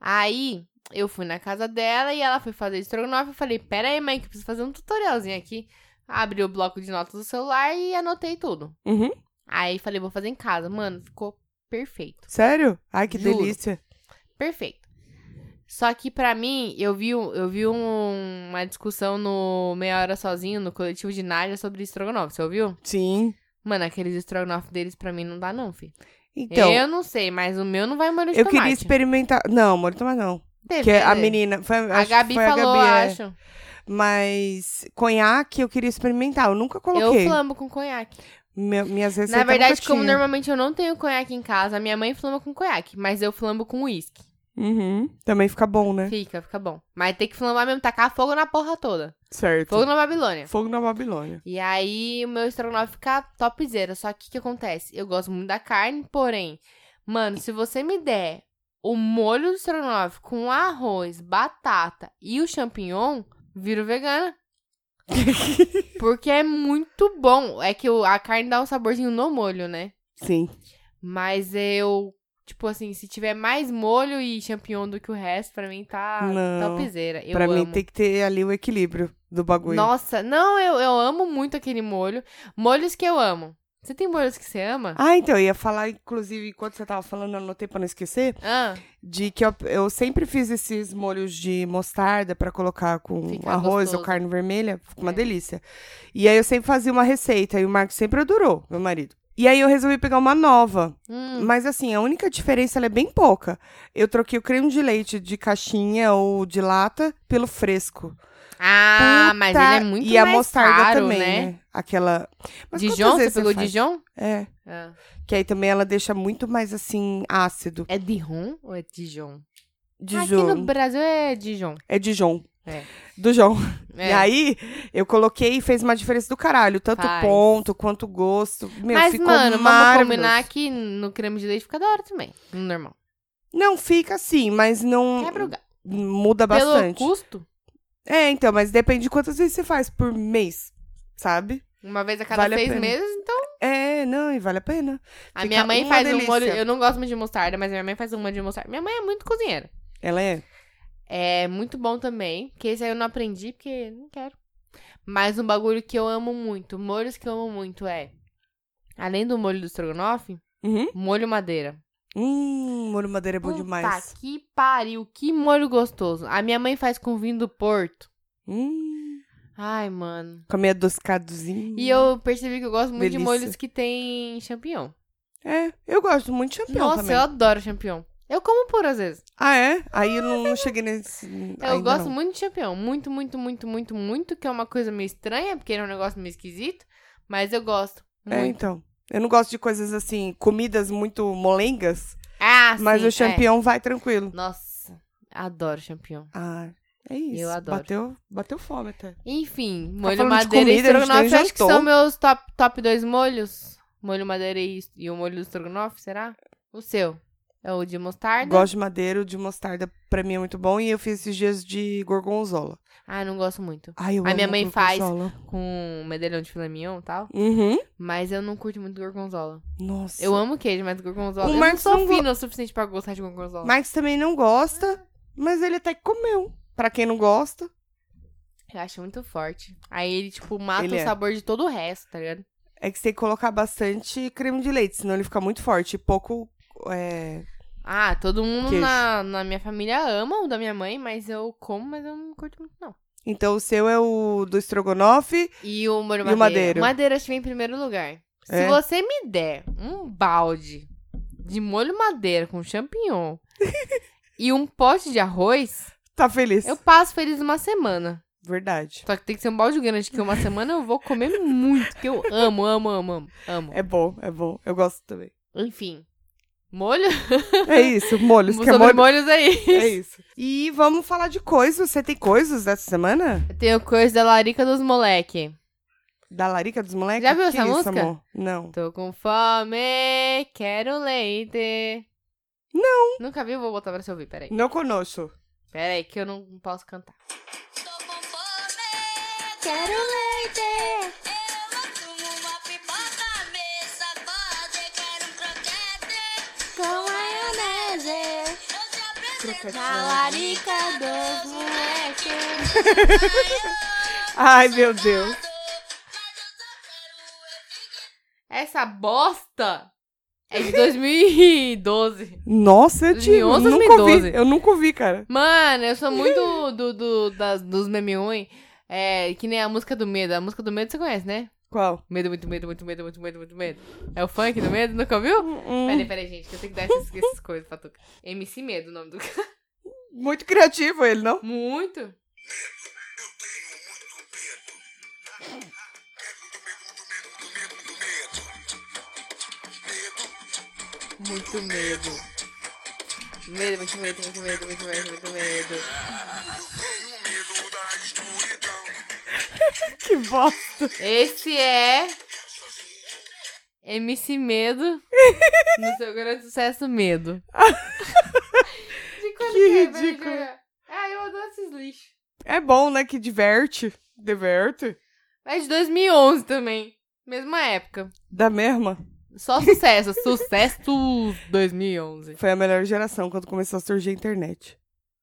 [SPEAKER 2] Aí eu fui na casa dela e ela foi fazer estrogonofe. Eu falei: Pera aí, mãe, que eu preciso fazer um tutorialzinho aqui. Abri o bloco de notas do celular e anotei tudo.
[SPEAKER 1] Uhum.
[SPEAKER 2] Aí falei: Vou fazer em casa. Mano, ficou perfeito.
[SPEAKER 1] Sério? Ai, que
[SPEAKER 2] Juro.
[SPEAKER 1] delícia.
[SPEAKER 2] Perfeito. Só que pra mim, eu vi, um- eu vi um- uma discussão no Meia Hora Sozinho, no coletivo de Nádia, sobre estrogonofe. Você ouviu?
[SPEAKER 1] Sim.
[SPEAKER 2] Mano, aqueles estrogonofe deles pra mim não dá, não, fi.
[SPEAKER 1] Então, eu,
[SPEAKER 2] eu não sei, mas o meu não vai molho de tomate.
[SPEAKER 1] queria experimentar... Não, amor, toma não.
[SPEAKER 2] Teve,
[SPEAKER 1] Porque a
[SPEAKER 2] né?
[SPEAKER 1] menina... Foi,
[SPEAKER 2] A
[SPEAKER 1] acho que
[SPEAKER 2] Gabi
[SPEAKER 1] foi
[SPEAKER 2] falou,
[SPEAKER 1] a Gabi, é.
[SPEAKER 2] acho.
[SPEAKER 1] Mas conhaque eu queria experimentar. Eu nunca
[SPEAKER 2] Eu
[SPEAKER 1] coloquei.
[SPEAKER 2] flambo com conhaque.
[SPEAKER 1] Me- minhas receitas
[SPEAKER 2] Na verdade,
[SPEAKER 1] nunca
[SPEAKER 2] como
[SPEAKER 1] tinha.
[SPEAKER 2] normalmente eu não tenho conhaque em casa, a minha mãe flamba com conhaque, mas eu flambo com uísque.
[SPEAKER 1] Uhum. Também fica bom, né?
[SPEAKER 2] Fica, fica bom. Mas tem que flambar mesmo, tacar fogo na porra toda.
[SPEAKER 1] Certo.
[SPEAKER 2] Fogo na Babilônia.
[SPEAKER 1] Fogo na Babilônia.
[SPEAKER 2] E aí o meu estrogonofe fica topzera. Só que o que acontece? Eu gosto muito da carne, porém, mano, se você me der o molho do estrogonofe com arroz, batata e o champignon, viro vegana. Porque é muito bom. É que o- a carne dá um saborzinho no molho, né?
[SPEAKER 1] Sim.
[SPEAKER 2] Mas eu, tipo assim, se tiver mais molho e champignon do que o resto, pra mim tá
[SPEAKER 1] Não.
[SPEAKER 2] topzera. Eu
[SPEAKER 1] pra
[SPEAKER 2] amo.
[SPEAKER 1] mim tem que ter ali o equilíbrio do bagulho.
[SPEAKER 2] Nossa, não, eu, eu amo muito aquele molho. Molhos que eu amo. Você tem molhos que você ama?
[SPEAKER 1] Ah, então, eu ia falar, inclusive, enquanto você tava falando, eu anotei pra não esquecer,
[SPEAKER 2] Ah,
[SPEAKER 1] de que eu, eu sempre fiz esses molhos de mostarda pra colocar com
[SPEAKER 2] Fica
[SPEAKER 1] arroz ou
[SPEAKER 2] gostoso.
[SPEAKER 1] carne vermelha, fica uma
[SPEAKER 2] É.
[SPEAKER 1] delícia. E aí eu sempre fazia uma receita, e o Marco sempre adorou, meu marido. E aí eu resolvi pegar uma nova.
[SPEAKER 2] hum,
[SPEAKER 1] Mas assim, a única diferença ela é bem pouca. Eu troquei o creme de leite de caixinha ou de lata pelo fresco.
[SPEAKER 2] ah mas ele
[SPEAKER 1] Puta-
[SPEAKER 2] é muito
[SPEAKER 1] E a
[SPEAKER 2] mais
[SPEAKER 1] mostarda
[SPEAKER 2] caro,
[SPEAKER 1] também,
[SPEAKER 2] né?
[SPEAKER 1] Aquela. Mas quantas
[SPEAKER 2] Dijon, você
[SPEAKER 1] vezes
[SPEAKER 2] pegou
[SPEAKER 1] faz?
[SPEAKER 2] Dijon?
[SPEAKER 1] É.
[SPEAKER 2] Ah.
[SPEAKER 1] Que aí também ela deixa muito mais assim, ácido.
[SPEAKER 2] É Dijon ou é Dijon? Aqui no
[SPEAKER 1] Dijon.
[SPEAKER 2] Brasil é Dijon.
[SPEAKER 1] É Dijon.
[SPEAKER 2] É.
[SPEAKER 1] Do João.
[SPEAKER 2] É.
[SPEAKER 1] E aí, eu coloquei e fez uma diferença do caralho. Tanto
[SPEAKER 2] Faz.
[SPEAKER 1] ponto quanto gosto. Meu,
[SPEAKER 2] mas,
[SPEAKER 1] ficou
[SPEAKER 2] mano, vamos
[SPEAKER 1] maravilhoso.
[SPEAKER 2] combinar que no creme de leite fica da hora também. No normal.
[SPEAKER 1] Não fica assim, mas não.
[SPEAKER 2] Quebra o gato.
[SPEAKER 1] Muda
[SPEAKER 2] Pelo
[SPEAKER 1] bastante.
[SPEAKER 2] custo,
[SPEAKER 1] É, então, mas depende de quantas vezes você faz por mês, sabe?
[SPEAKER 2] uma vez a cada
[SPEAKER 1] Vale a
[SPEAKER 2] seis
[SPEAKER 1] pena.
[SPEAKER 2] meses, então.
[SPEAKER 1] É, não, e vale a pena.
[SPEAKER 2] A
[SPEAKER 1] Fica
[SPEAKER 2] minha mãe
[SPEAKER 1] uma
[SPEAKER 2] faz um
[SPEAKER 1] delícia.
[SPEAKER 2] molho. Eu não gosto muito de mostarda, mas minha mãe faz um molho de mostarda. Minha mãe é muito cozinheira.
[SPEAKER 1] Ela é.
[SPEAKER 2] É muito bom também, que esse aí eu não aprendi porque não quero. Mas um bagulho que eu amo muito, molhos que eu amo muito é, além do molho do estrogonofe,
[SPEAKER 1] Uhum.
[SPEAKER 2] molho madeira.
[SPEAKER 1] Hum, molho madeira é
[SPEAKER 2] Um
[SPEAKER 1] bom demais.
[SPEAKER 2] Puta que pariu, que molho gostoso. A minha mãe faz com vinho do Porto.
[SPEAKER 1] Hum,
[SPEAKER 2] Ai, mano.
[SPEAKER 1] com a minha adoscadozinha.
[SPEAKER 2] E eu percebi que eu gosto muito de
[SPEAKER 1] Hum. Delícia.
[SPEAKER 2] molhos que tem champignon.
[SPEAKER 1] É, eu gosto muito de champignon
[SPEAKER 2] Nossa,
[SPEAKER 1] também.
[SPEAKER 2] eu adoro champignon. Eu como por às vezes.
[SPEAKER 1] Ah, é? Aí eu não, não cheguei nesse.
[SPEAKER 2] Eu gosto muito de champignon. Muito, muito, muito, muito, muito. Que é uma coisa meio estranha, porque ele é um negócio meio esquisito. Mas eu gosto.
[SPEAKER 1] É,
[SPEAKER 2] Muito.
[SPEAKER 1] então. Eu não gosto de coisas assim, comidas muito molengas,
[SPEAKER 2] Ah, sim.
[SPEAKER 1] mas o
[SPEAKER 2] é.
[SPEAKER 1] champignon vai tranquilo.
[SPEAKER 2] Nossa, adoro champignon.
[SPEAKER 1] Ah, é isso.
[SPEAKER 2] adoro.
[SPEAKER 1] Bateu, bateu fome até.
[SPEAKER 2] Enfim, molho
[SPEAKER 1] Tá falando de comida,
[SPEAKER 2] madeira e
[SPEAKER 1] a gente nem
[SPEAKER 2] estrogonofe, acho que
[SPEAKER 1] jantou.
[SPEAKER 2] são meus top, top dois molhos. Molho madeira e, e o molho do estrogonofe, será? O seu. É o de mostarda?
[SPEAKER 1] Gosto de madeira, o de mostarda pra mim é muito bom. E eu fiz esses dias de gorgonzola.
[SPEAKER 2] Ah, não gosto muito.
[SPEAKER 1] Ai, eu
[SPEAKER 2] A minha
[SPEAKER 1] amo
[SPEAKER 2] mãe faz.
[SPEAKER 1] gorgonzola.
[SPEAKER 2] Com medalhão de filé mignon e tal.
[SPEAKER 1] Uhum.
[SPEAKER 2] Mas eu não curto muito gorgonzola.
[SPEAKER 1] Nossa.
[SPEAKER 2] Eu amo queijo, mas gorgonzola.
[SPEAKER 1] O
[SPEAKER 2] eu
[SPEAKER 1] Marcos
[SPEAKER 2] não
[SPEAKER 1] não
[SPEAKER 2] sou
[SPEAKER 1] go-
[SPEAKER 2] fina o suficiente pra gostar de gorgonzola.
[SPEAKER 1] Max também não gosta, mas ele até que comeu. Pra quem não gosta.
[SPEAKER 2] Eu acho muito forte. Aí ele, tipo, mata
[SPEAKER 1] Ele
[SPEAKER 2] o
[SPEAKER 1] é.
[SPEAKER 2] sabor de todo o resto, tá ligado?
[SPEAKER 1] É que você tem que colocar bastante creme de leite, senão ele fica muito forte. E pouco. É...
[SPEAKER 2] Ah, todo mundo
[SPEAKER 1] Queijo.
[SPEAKER 2] na, na minha família ama o da minha mãe, mas eu como, mas eu não curto muito, não.
[SPEAKER 1] Então o seu é o do estrogonofe.
[SPEAKER 2] E o molho
[SPEAKER 1] E o
[SPEAKER 2] madeira.
[SPEAKER 1] madeiro?
[SPEAKER 2] Madeira acho que vem em primeiro lugar. Se
[SPEAKER 1] É?
[SPEAKER 2] você me der um balde de molho madeira com champignon e um pote de arroz,
[SPEAKER 1] Tá feliz.
[SPEAKER 2] eu passo feliz uma semana.
[SPEAKER 1] Verdade.
[SPEAKER 2] Só que tem que ser um balde grande, que uma semana eu vou comer muito, que eu amo, amo, amo, amo, amo.
[SPEAKER 1] É bom, é bom. Eu gosto também.
[SPEAKER 2] Enfim, molho?
[SPEAKER 1] É isso, molhos. que é
[SPEAKER 2] Sobre
[SPEAKER 1] molho...
[SPEAKER 2] molhos aí.
[SPEAKER 1] É isso. E vamos falar de coisas. Você tem coisas dessa semana?
[SPEAKER 2] Eu tenho coisa da larica dos moleque.
[SPEAKER 1] Da Larica dos Moleques?
[SPEAKER 2] Já viu
[SPEAKER 1] Que isso,
[SPEAKER 2] essa música?
[SPEAKER 1] amor? Não.
[SPEAKER 2] Tô com fome, quero leite. Não. Nunca vi, vou botar pra você ouvir, peraí.
[SPEAKER 1] Não conosco.
[SPEAKER 2] Peraí, que eu não posso cantar.
[SPEAKER 3] Tô com fome, quero leite. Eu assumo uma pipoca, mesa, pode, quero um croquete com maionese. Eu te apresento a larica dos moleques.
[SPEAKER 1] Ai, meu Deus.
[SPEAKER 2] Essa bosta é de 2012.
[SPEAKER 1] Nossa, eu tive.
[SPEAKER 2] 2011 ou
[SPEAKER 1] Nunca ouvi.
[SPEAKER 2] 2012?
[SPEAKER 1] Eu nunca ouvi, cara.
[SPEAKER 2] Mano, eu sou muito do, do, das, dos meme ruim. É, que nem a música do medo. A música do medo você conhece, né?
[SPEAKER 1] Qual?
[SPEAKER 2] Medo, muito medo, muito medo, muito medo, muito medo. É o funk do medo? Nunca ouviu?
[SPEAKER 1] Hum.
[SPEAKER 2] Peraí, peraí, gente, que eu tenho que dar essas, essas coisas pra tu. MC Medo, o nome do cara.
[SPEAKER 1] Muito criativo ele, não?
[SPEAKER 2] Muito. Muito medo. Medo, muito medo, muito medo, muito medo, muito medo.
[SPEAKER 1] Que bosta.
[SPEAKER 2] Esse é MC Medo no seu grande sucesso Medo. De quando
[SPEAKER 1] Que
[SPEAKER 2] é, vai
[SPEAKER 1] ridículo.
[SPEAKER 2] jogar? Ah, eu adoro esses lixos.
[SPEAKER 1] É bom, né? Que diverte. Diverte.
[SPEAKER 2] Mas de 2011 também. Mesma época.
[SPEAKER 1] Da mesma.
[SPEAKER 2] Só sucesso. sucesso 2011.
[SPEAKER 1] Foi a melhor geração quando começou a surgir a internet.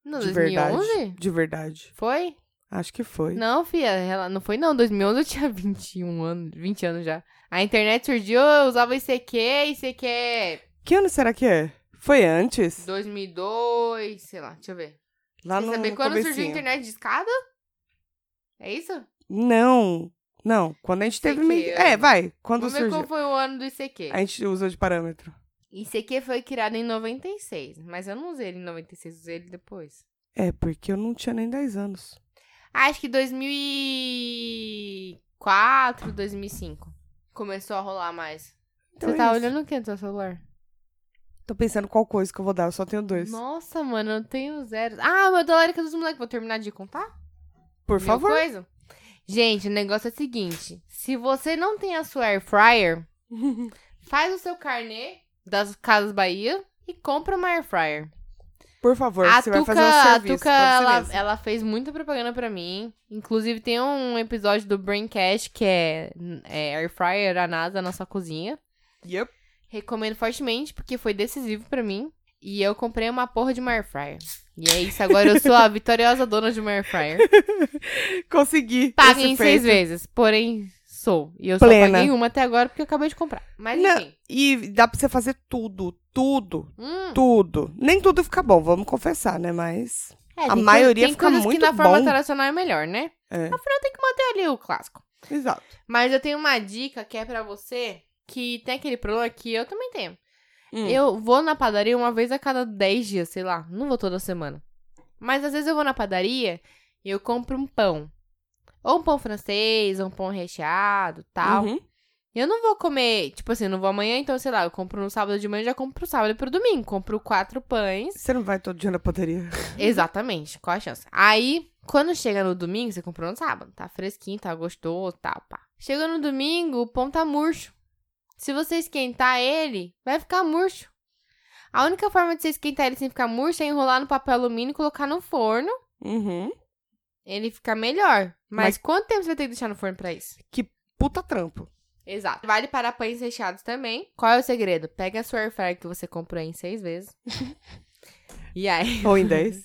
[SPEAKER 2] Não,
[SPEAKER 1] de
[SPEAKER 2] 2011?
[SPEAKER 1] verdade. De verdade.
[SPEAKER 2] Foi?
[SPEAKER 1] Acho que foi.
[SPEAKER 2] Não, filha, ela não foi não. 2011 eu tinha 21 anos, 20 anos já. A internet surgiu, eu usava ICQ, ICQ
[SPEAKER 1] Que ano será que é? Foi antes?
[SPEAKER 2] 2002, sei lá, deixa eu ver.
[SPEAKER 1] Lá
[SPEAKER 2] Quer
[SPEAKER 1] no
[SPEAKER 2] saber
[SPEAKER 1] no
[SPEAKER 2] quando surgiu a
[SPEAKER 1] comecinho.
[SPEAKER 2] internet de escada? É isso?
[SPEAKER 1] Não. Não. Quando a gente
[SPEAKER 2] Sei
[SPEAKER 1] teve...
[SPEAKER 2] que
[SPEAKER 1] meio-
[SPEAKER 2] eu-
[SPEAKER 1] É, vai. Quando
[SPEAKER 2] Vamos ver
[SPEAKER 1] surgiu.
[SPEAKER 2] qual foi o ano do ICQ.
[SPEAKER 1] A gente usa de parâmetro.
[SPEAKER 2] ICQ foi criado em 96, mas eu não usei ele em 96, usei ele depois.
[SPEAKER 1] É, porque eu não tinha nem 10 anos.
[SPEAKER 2] Acho que 2004, 2005. Começou a rolar mais.
[SPEAKER 1] Então
[SPEAKER 2] Você
[SPEAKER 1] é
[SPEAKER 2] tá
[SPEAKER 1] isso.
[SPEAKER 2] olhando o que no seu celular?
[SPEAKER 1] Tô pensando qual coisa que eu vou dar. Eu só tenho dois.
[SPEAKER 2] Nossa, mano, eu tenho zero. Ah, meu da Larica dos Moleques. Vou terminar de contar?
[SPEAKER 1] Por
[SPEAKER 2] Meu
[SPEAKER 1] favor.
[SPEAKER 2] coisa? Gente, o negócio é o seguinte. Se você não tem a sua air fryer, faz o seu carnê das Casas Bahia e compra uma air fryer.
[SPEAKER 1] Por favor.
[SPEAKER 2] a
[SPEAKER 1] você
[SPEAKER 2] Tuca,
[SPEAKER 1] vai fazer um serviço
[SPEAKER 2] a Tuca
[SPEAKER 1] pra você
[SPEAKER 2] ela,
[SPEAKER 1] mesmo.
[SPEAKER 2] ela fez muita propaganda pra mim. Inclusive, tem um episódio do Braincast que é, é air fryer, a NASA, na sua cozinha.
[SPEAKER 1] Yep.
[SPEAKER 2] Recomendo fortemente, porque foi decisivo pra mim. E eu comprei uma porra de uma air fryer. E é isso, agora eu sou a vitoriosa dona de uma air fryer.
[SPEAKER 1] Consegui.
[SPEAKER 2] Paguei em
[SPEAKER 1] esse
[SPEAKER 2] seis
[SPEAKER 1] feito.
[SPEAKER 2] vezes, porém sou. E eu só
[SPEAKER 1] Plena.
[SPEAKER 2] paguei uma até agora porque eu acabei de comprar. Mas
[SPEAKER 1] Não.
[SPEAKER 2] enfim.
[SPEAKER 1] E dá pra você fazer tudo, tudo,
[SPEAKER 2] Hum,
[SPEAKER 1] tudo. Nem tudo fica bom, vamos confessar, né? Mas.
[SPEAKER 2] é,
[SPEAKER 1] A
[SPEAKER 2] tem coi-
[SPEAKER 1] maioria
[SPEAKER 2] tem
[SPEAKER 1] fica
[SPEAKER 2] coisas
[SPEAKER 1] muito
[SPEAKER 2] que na forma
[SPEAKER 1] bom.
[SPEAKER 2] tradicional é melhor, né?
[SPEAKER 1] É.
[SPEAKER 2] Afinal, tem que manter ali o clássico.
[SPEAKER 1] Exato.
[SPEAKER 2] Mas eu tenho uma dica que é pra você que tem aquele problema que eu também tenho.
[SPEAKER 1] Hum.
[SPEAKER 2] Eu vou na padaria uma vez a cada 10 dias, sei lá. Não vou toda semana. Mas às vezes eu vou na padaria e eu compro um pão. Ou um pão francês, ou um pão recheado, tal.
[SPEAKER 1] Uhum.
[SPEAKER 2] E Eu não vou comer, tipo assim, eu não vou amanhã, então sei lá, eu compro no sábado de manhã, já compro pro sábado e pro domingo. Compro quatro pães.
[SPEAKER 1] Você não vai todo dia na padaria.
[SPEAKER 2] Exatamente, qual a chance? Aí, quando chega no domingo, você comprou no sábado, tá fresquinho, tá gostoso, tá, pá. Chega no domingo, o pão tá murcho. Se você esquentar ele, vai ficar murcho. A única forma de você esquentar ele sem ficar murcho é enrolar no papel alumínio e colocar no forno.
[SPEAKER 1] Uhum.
[SPEAKER 2] Ele fica melhor. Mas,
[SPEAKER 1] Mas-
[SPEAKER 2] quanto tempo você vai ter que deixar no forno pra isso?
[SPEAKER 1] Puta trampo.
[SPEAKER 2] Exato. Vale para pães recheados também. Qual é o segredo? Pega a sua air fryer que você comprou em seis vezes. e aí,
[SPEAKER 1] Ou em 10.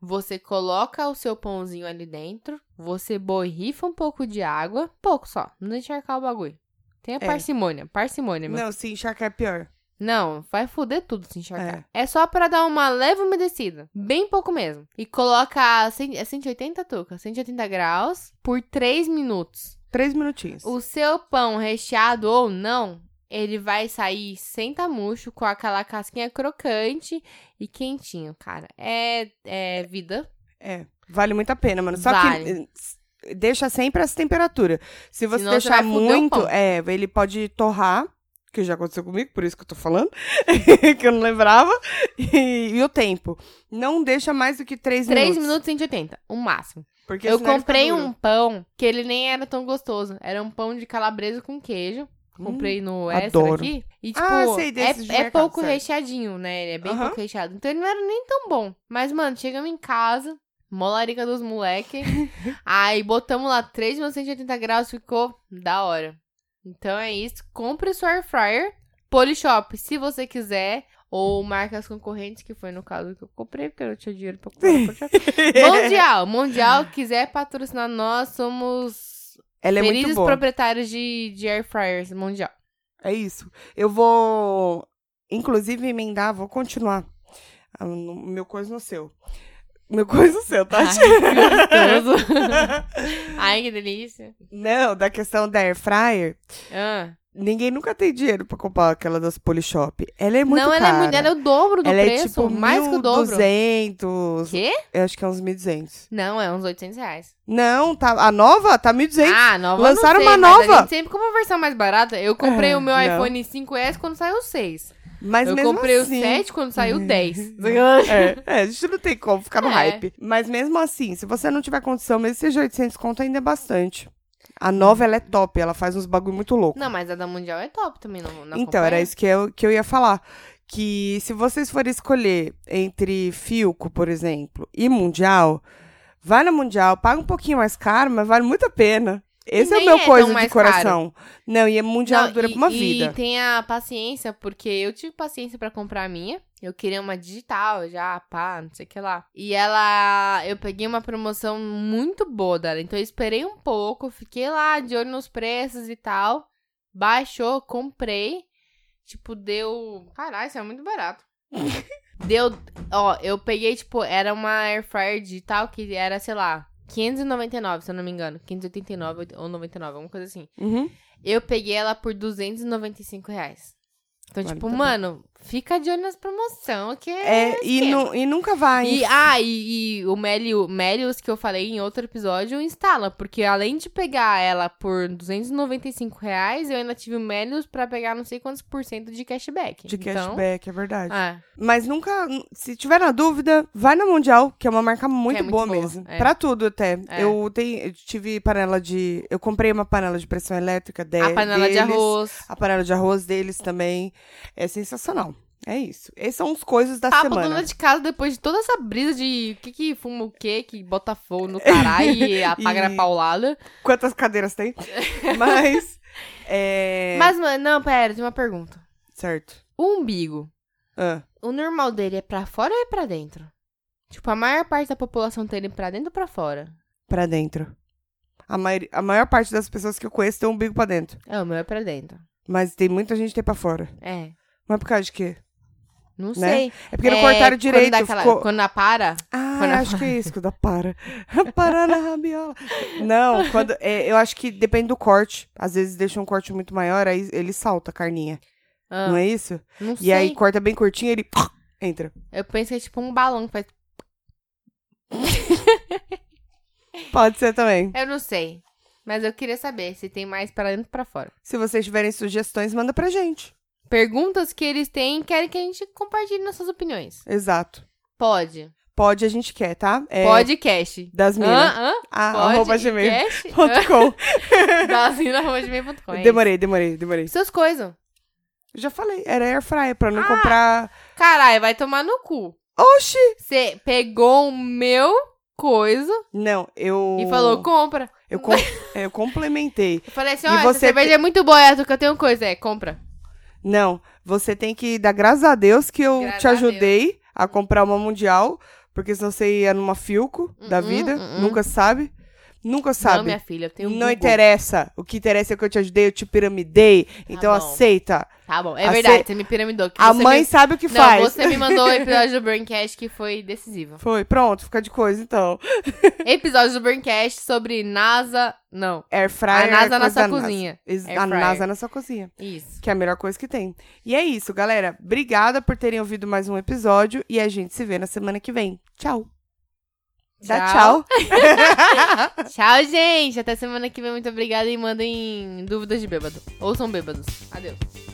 [SPEAKER 2] você coloca o seu pãozinho ali dentro. Você borrifa um pouco de água. Pouco só. Não deixa encharcar o bagulho. Tem a
[SPEAKER 1] É.
[SPEAKER 2] parcimônia. Parcimônia, meu.
[SPEAKER 1] Não, se encharcar é pior.
[SPEAKER 2] Não, vai foder tudo se encharcar. É, só pra dar uma leve umedecida. Bem pouco mesmo. E coloca cem- é 180, Tuca? 180 graus por 3 minutos.
[SPEAKER 1] Três minutinhos.
[SPEAKER 2] O seu pão recheado ou não, ele vai sair sem tá murcho, com aquela casquinha crocante e quentinho, cara. É, é vida.
[SPEAKER 1] É. Vale muito a pena, mano. Só
[SPEAKER 2] Vale.
[SPEAKER 1] que. eh, Deixa sempre essa temperatura. Se você
[SPEAKER 2] Senão você
[SPEAKER 1] deixar
[SPEAKER 2] vai foder o
[SPEAKER 1] muito,
[SPEAKER 2] pão.
[SPEAKER 1] é, ele pode torrar, que já aconteceu comigo, por isso que eu tô falando, que eu não lembrava. E, e o tempo. Não deixa mais do que três
[SPEAKER 2] 3
[SPEAKER 1] minutos.
[SPEAKER 2] minutos e 180, o máximo.
[SPEAKER 1] Porque
[SPEAKER 2] Eu
[SPEAKER 1] senão ele fica
[SPEAKER 2] comprei
[SPEAKER 1] duro.
[SPEAKER 2] um pão que ele nem era tão gostoso. Era um pão de calabresa com queijo.
[SPEAKER 1] Hum.
[SPEAKER 2] Comprei no extra
[SPEAKER 1] adoro.
[SPEAKER 2] aqui. E, tipo,
[SPEAKER 1] Ah, sei desses de
[SPEAKER 2] é, é
[SPEAKER 1] mercado,
[SPEAKER 2] pouco
[SPEAKER 1] certo.
[SPEAKER 2] recheadinho, né? Ele é bem
[SPEAKER 1] Aham.
[SPEAKER 2] pouco recheado. Então ele não era nem tão bom. Mas, mano, chegamos em casa, molarica dos moleque. aí botamos lá 3 mil 180 graus, ficou da hora. Então é isso. Compre sua air fryer. Polishop, se você quiser. Ou marcas concorrentes, que foi no caso que eu comprei, porque eu não tinha dinheiro pra comprar. Polishop. Mundial, Mundial, quiser patrocinar nós, somos
[SPEAKER 1] Ela é
[SPEAKER 2] Felizes
[SPEAKER 1] muito boa.
[SPEAKER 2] proprietários de, de air fryers mundial.
[SPEAKER 1] É isso. Eu vou, inclusive, emendar, vou continuar. Ah, no- Meu coisa no seu. Meu coisa no seu, tá?
[SPEAKER 2] Ai, que gostoso. Ai, que delícia.
[SPEAKER 1] Não, da questão da Air Fryer,
[SPEAKER 2] Ah.
[SPEAKER 1] ninguém nunca tem dinheiro pra comprar aquela das Polishop. Ela é muito
[SPEAKER 2] não,
[SPEAKER 1] cara.
[SPEAKER 2] ela é muito, ela é o dobro do
[SPEAKER 1] Ela é,
[SPEAKER 2] preço,
[SPEAKER 1] tipo
[SPEAKER 2] mais que o dobro.
[SPEAKER 1] 1.200.
[SPEAKER 2] Quê?
[SPEAKER 1] Eu acho que é uns 1.200.
[SPEAKER 2] Não, é uns 800 reais.
[SPEAKER 1] Não, tá, a nova tá 1.200.
[SPEAKER 2] ah, nova eu
[SPEAKER 1] lançaram
[SPEAKER 2] não sei,
[SPEAKER 1] uma
[SPEAKER 2] mas A
[SPEAKER 1] nova.
[SPEAKER 2] gente sempre compra a versão mais barata. Eu comprei
[SPEAKER 1] Ah,
[SPEAKER 2] o meu
[SPEAKER 1] não.
[SPEAKER 2] iPhone 5S quando saiu o 6.
[SPEAKER 1] mas
[SPEAKER 2] Ah, eu
[SPEAKER 1] mesmo
[SPEAKER 2] comprei
[SPEAKER 1] assim,
[SPEAKER 2] o 7 quando saiu o 10.
[SPEAKER 1] É, é, a gente não tem como ficar no
[SPEAKER 2] É.
[SPEAKER 1] hype. Mas mesmo assim, se você não tiver condição, mesmo que seja 800 conto, ainda é bastante. A nova, ela é top, ela faz uns bagulho muito louco.
[SPEAKER 2] Não, mas a da Mundial é top também. Não, não
[SPEAKER 1] então, era
[SPEAKER 2] acompanha?
[SPEAKER 1] isso que eu, que eu ia falar. Que se vocês forem escolher entre Filco, por exemplo, e Mundial, vai na Mundial, paga um pouquinho mais caro, mas vale muito a pena. Esse é o
[SPEAKER 2] nem
[SPEAKER 1] meu
[SPEAKER 2] é tão
[SPEAKER 1] coisa de
[SPEAKER 2] mais
[SPEAKER 1] coração. Não, e a Mundial
[SPEAKER 2] Não,
[SPEAKER 1] dura
[SPEAKER 2] e-
[SPEAKER 1] pra uma
[SPEAKER 2] E
[SPEAKER 1] vida.
[SPEAKER 2] tenha paciência, porque eu tive paciência pra comprar a minha. Eu queria uma digital já, pá, não sei o que lá. E ela. Eu peguei uma promoção muito boa dela. Então eu esperei um pouco, fiquei lá de olho nos preços e tal. Baixou, comprei. Tipo, deu. Caralho, isso é muito barato. deu. Ó, eu peguei, tipo, era uma air fryer digital que era, sei lá, 599, se eu não me engano. 589 ou 99, alguma coisa assim.
[SPEAKER 1] Uhum.
[SPEAKER 2] Eu peguei ela por 295 reais. Então,
[SPEAKER 1] Vale
[SPEAKER 2] tipo,
[SPEAKER 1] também.
[SPEAKER 2] mano, fica de olho nas promoções, que é...
[SPEAKER 1] tá É, e,
[SPEAKER 2] esquema.
[SPEAKER 1] nu- e nunca vai.
[SPEAKER 2] E, ah, e, e o Melius, Melius que eu falei em outro episódio, instala. Porque além de pegar ela por 295 reais, eu ainda tive o Melius pra pegar não sei quantos por cento de cashback.
[SPEAKER 1] de
[SPEAKER 2] Então,
[SPEAKER 1] cashback, é verdade.
[SPEAKER 2] ah,
[SPEAKER 1] Mas nunca, se tiver na dúvida, vai na Mundial, que é uma marca muito,
[SPEAKER 2] é muito
[SPEAKER 1] boa,
[SPEAKER 2] boa,
[SPEAKER 1] mesmo.
[SPEAKER 2] é.
[SPEAKER 1] Pra tudo até.
[SPEAKER 2] É.
[SPEAKER 1] Eu, tenho, eu tive panela de. Eu comprei uma panela de pressão elétrica de,
[SPEAKER 2] a panela de
[SPEAKER 1] É, deles,
[SPEAKER 2] arroz.
[SPEAKER 1] A panela de arroz deles também. É sensacional. É isso. Esses são os coisas da
[SPEAKER 2] Papo
[SPEAKER 1] semana.
[SPEAKER 2] dona de casa depois de toda essa brisa de que que fuma o quê, que bota fogo no caralho e apaga na
[SPEAKER 1] E-
[SPEAKER 2] paulada.
[SPEAKER 1] Quantas cadeiras tem? Mas. É.
[SPEAKER 2] Mas, mano, não, pera, tem uma pergunta.
[SPEAKER 1] Certo.
[SPEAKER 2] O umbigo,
[SPEAKER 1] Ah,
[SPEAKER 2] o normal dele é pra fora ou é pra dentro? Tipo, a maior parte da população tem ele pra dentro ou pra fora?
[SPEAKER 1] pra dentro. A, maioria- a maior parte das pessoas que eu conheço tem um umbigo pra dentro.
[SPEAKER 2] É, o meu é pra dentro.
[SPEAKER 1] Mas tem muita gente que tem pra fora.
[SPEAKER 2] É,
[SPEAKER 1] Mas por causa de quê?
[SPEAKER 2] não
[SPEAKER 1] Né?
[SPEAKER 2] sei.
[SPEAKER 1] É porque não
[SPEAKER 2] É,
[SPEAKER 1] cortaram direito.
[SPEAKER 2] Quando, dá aquela-
[SPEAKER 1] ficou-
[SPEAKER 2] quando a para,
[SPEAKER 1] Ah, eu
[SPEAKER 2] Quando ela
[SPEAKER 1] acho que é isso, quando para. Parar na rabiola. Não, quando, é, eu acho que depende do corte. Às vezes deixa um corte muito maior, aí ele salta a carninha.
[SPEAKER 2] Ah.
[SPEAKER 1] Não é isso?
[SPEAKER 2] não sei.
[SPEAKER 1] E aí corta bem curtinho, ele entra.
[SPEAKER 2] Eu penso que é tipo um balão que faz...
[SPEAKER 1] Pode ser também.
[SPEAKER 2] Eu não sei. Mas eu queria saber se tem mais pra dentro ou pra fora.
[SPEAKER 1] Se vocês tiverem sugestões, manda pra gente.
[SPEAKER 2] Perguntas que eles têm querem que a gente compartilhe nossas opiniões.
[SPEAKER 1] Exato.
[SPEAKER 2] Pode.
[SPEAKER 1] Pode, a gente quer, tá? É
[SPEAKER 2] Podcast.
[SPEAKER 1] Das minas.
[SPEAKER 2] Hã? Hã?
[SPEAKER 1] Ah,
[SPEAKER 2] Pode.
[SPEAKER 1] arroba gmail.
[SPEAKER 2] Cast?
[SPEAKER 1] Ponto com.
[SPEAKER 2] Hã? Das minas, arroba gmail ponto com, é isso.
[SPEAKER 1] Demorei, demorei, demorei.
[SPEAKER 2] Suas coisas.
[SPEAKER 1] Eu já falei, era air fryer pra não
[SPEAKER 2] Ah!
[SPEAKER 1] comprar.
[SPEAKER 2] Caralho, vai tomar no cu.
[SPEAKER 1] Oxi!
[SPEAKER 2] Você pegou o meu coisa
[SPEAKER 1] Não, eu.
[SPEAKER 2] e falou, compra.
[SPEAKER 1] Eu, com- é, eu complementei.
[SPEAKER 2] Eu falei assim,
[SPEAKER 1] E
[SPEAKER 2] ó, essa
[SPEAKER 1] você
[SPEAKER 2] cerveja é muito boa, essa que eu tenho coisa. É, compra.
[SPEAKER 1] Não, você tem que dar graças a Deus que eu
[SPEAKER 2] Graças
[SPEAKER 1] te
[SPEAKER 2] a
[SPEAKER 1] ajudei a comprar uma mundial, porque senão você ia numa Filco da
[SPEAKER 2] Hum,
[SPEAKER 1] vida,
[SPEAKER 2] hum, hum.
[SPEAKER 1] nunca sabe. Nunca
[SPEAKER 2] Não,
[SPEAKER 1] sabe.
[SPEAKER 2] minha filha, eu tenho
[SPEAKER 1] Não
[SPEAKER 2] Google. Tá
[SPEAKER 1] interessa. O que interessa é que eu te ajudei, eu te piramidei. Então
[SPEAKER 2] bom.
[SPEAKER 1] aceita.
[SPEAKER 2] Tá bom, é
[SPEAKER 1] A
[SPEAKER 2] verdade,
[SPEAKER 1] ce-
[SPEAKER 2] você me piramidou. que
[SPEAKER 1] A
[SPEAKER 2] você
[SPEAKER 1] mãe
[SPEAKER 2] me...
[SPEAKER 1] sabe o que
[SPEAKER 2] Não,
[SPEAKER 1] faz.
[SPEAKER 2] você me mandou o episódio do Braincast que foi decisivo.
[SPEAKER 1] Foi, pronto, fica de coisa então.
[SPEAKER 2] Episódio do Braincast sobre NASA... Não,
[SPEAKER 1] Air fryer.
[SPEAKER 2] a NASA
[SPEAKER 1] é
[SPEAKER 2] na
[SPEAKER 1] coisa
[SPEAKER 2] sua
[SPEAKER 1] da NASA.
[SPEAKER 2] cozinha.
[SPEAKER 1] Ex-
[SPEAKER 2] Air
[SPEAKER 1] A
[SPEAKER 2] fryer.
[SPEAKER 1] NASA na sua cozinha.
[SPEAKER 2] Isso.
[SPEAKER 1] Que é a melhor coisa que tem. E é isso, galera. Obrigada por terem ouvido mais um episódio. E a gente se vê na semana que vem. Tchau. Dá tchau.
[SPEAKER 2] Tchau, gente. Até semana que vem. Muito obrigada e mandem dúvidas de bêbado. Ouçam bêbados. Adeus.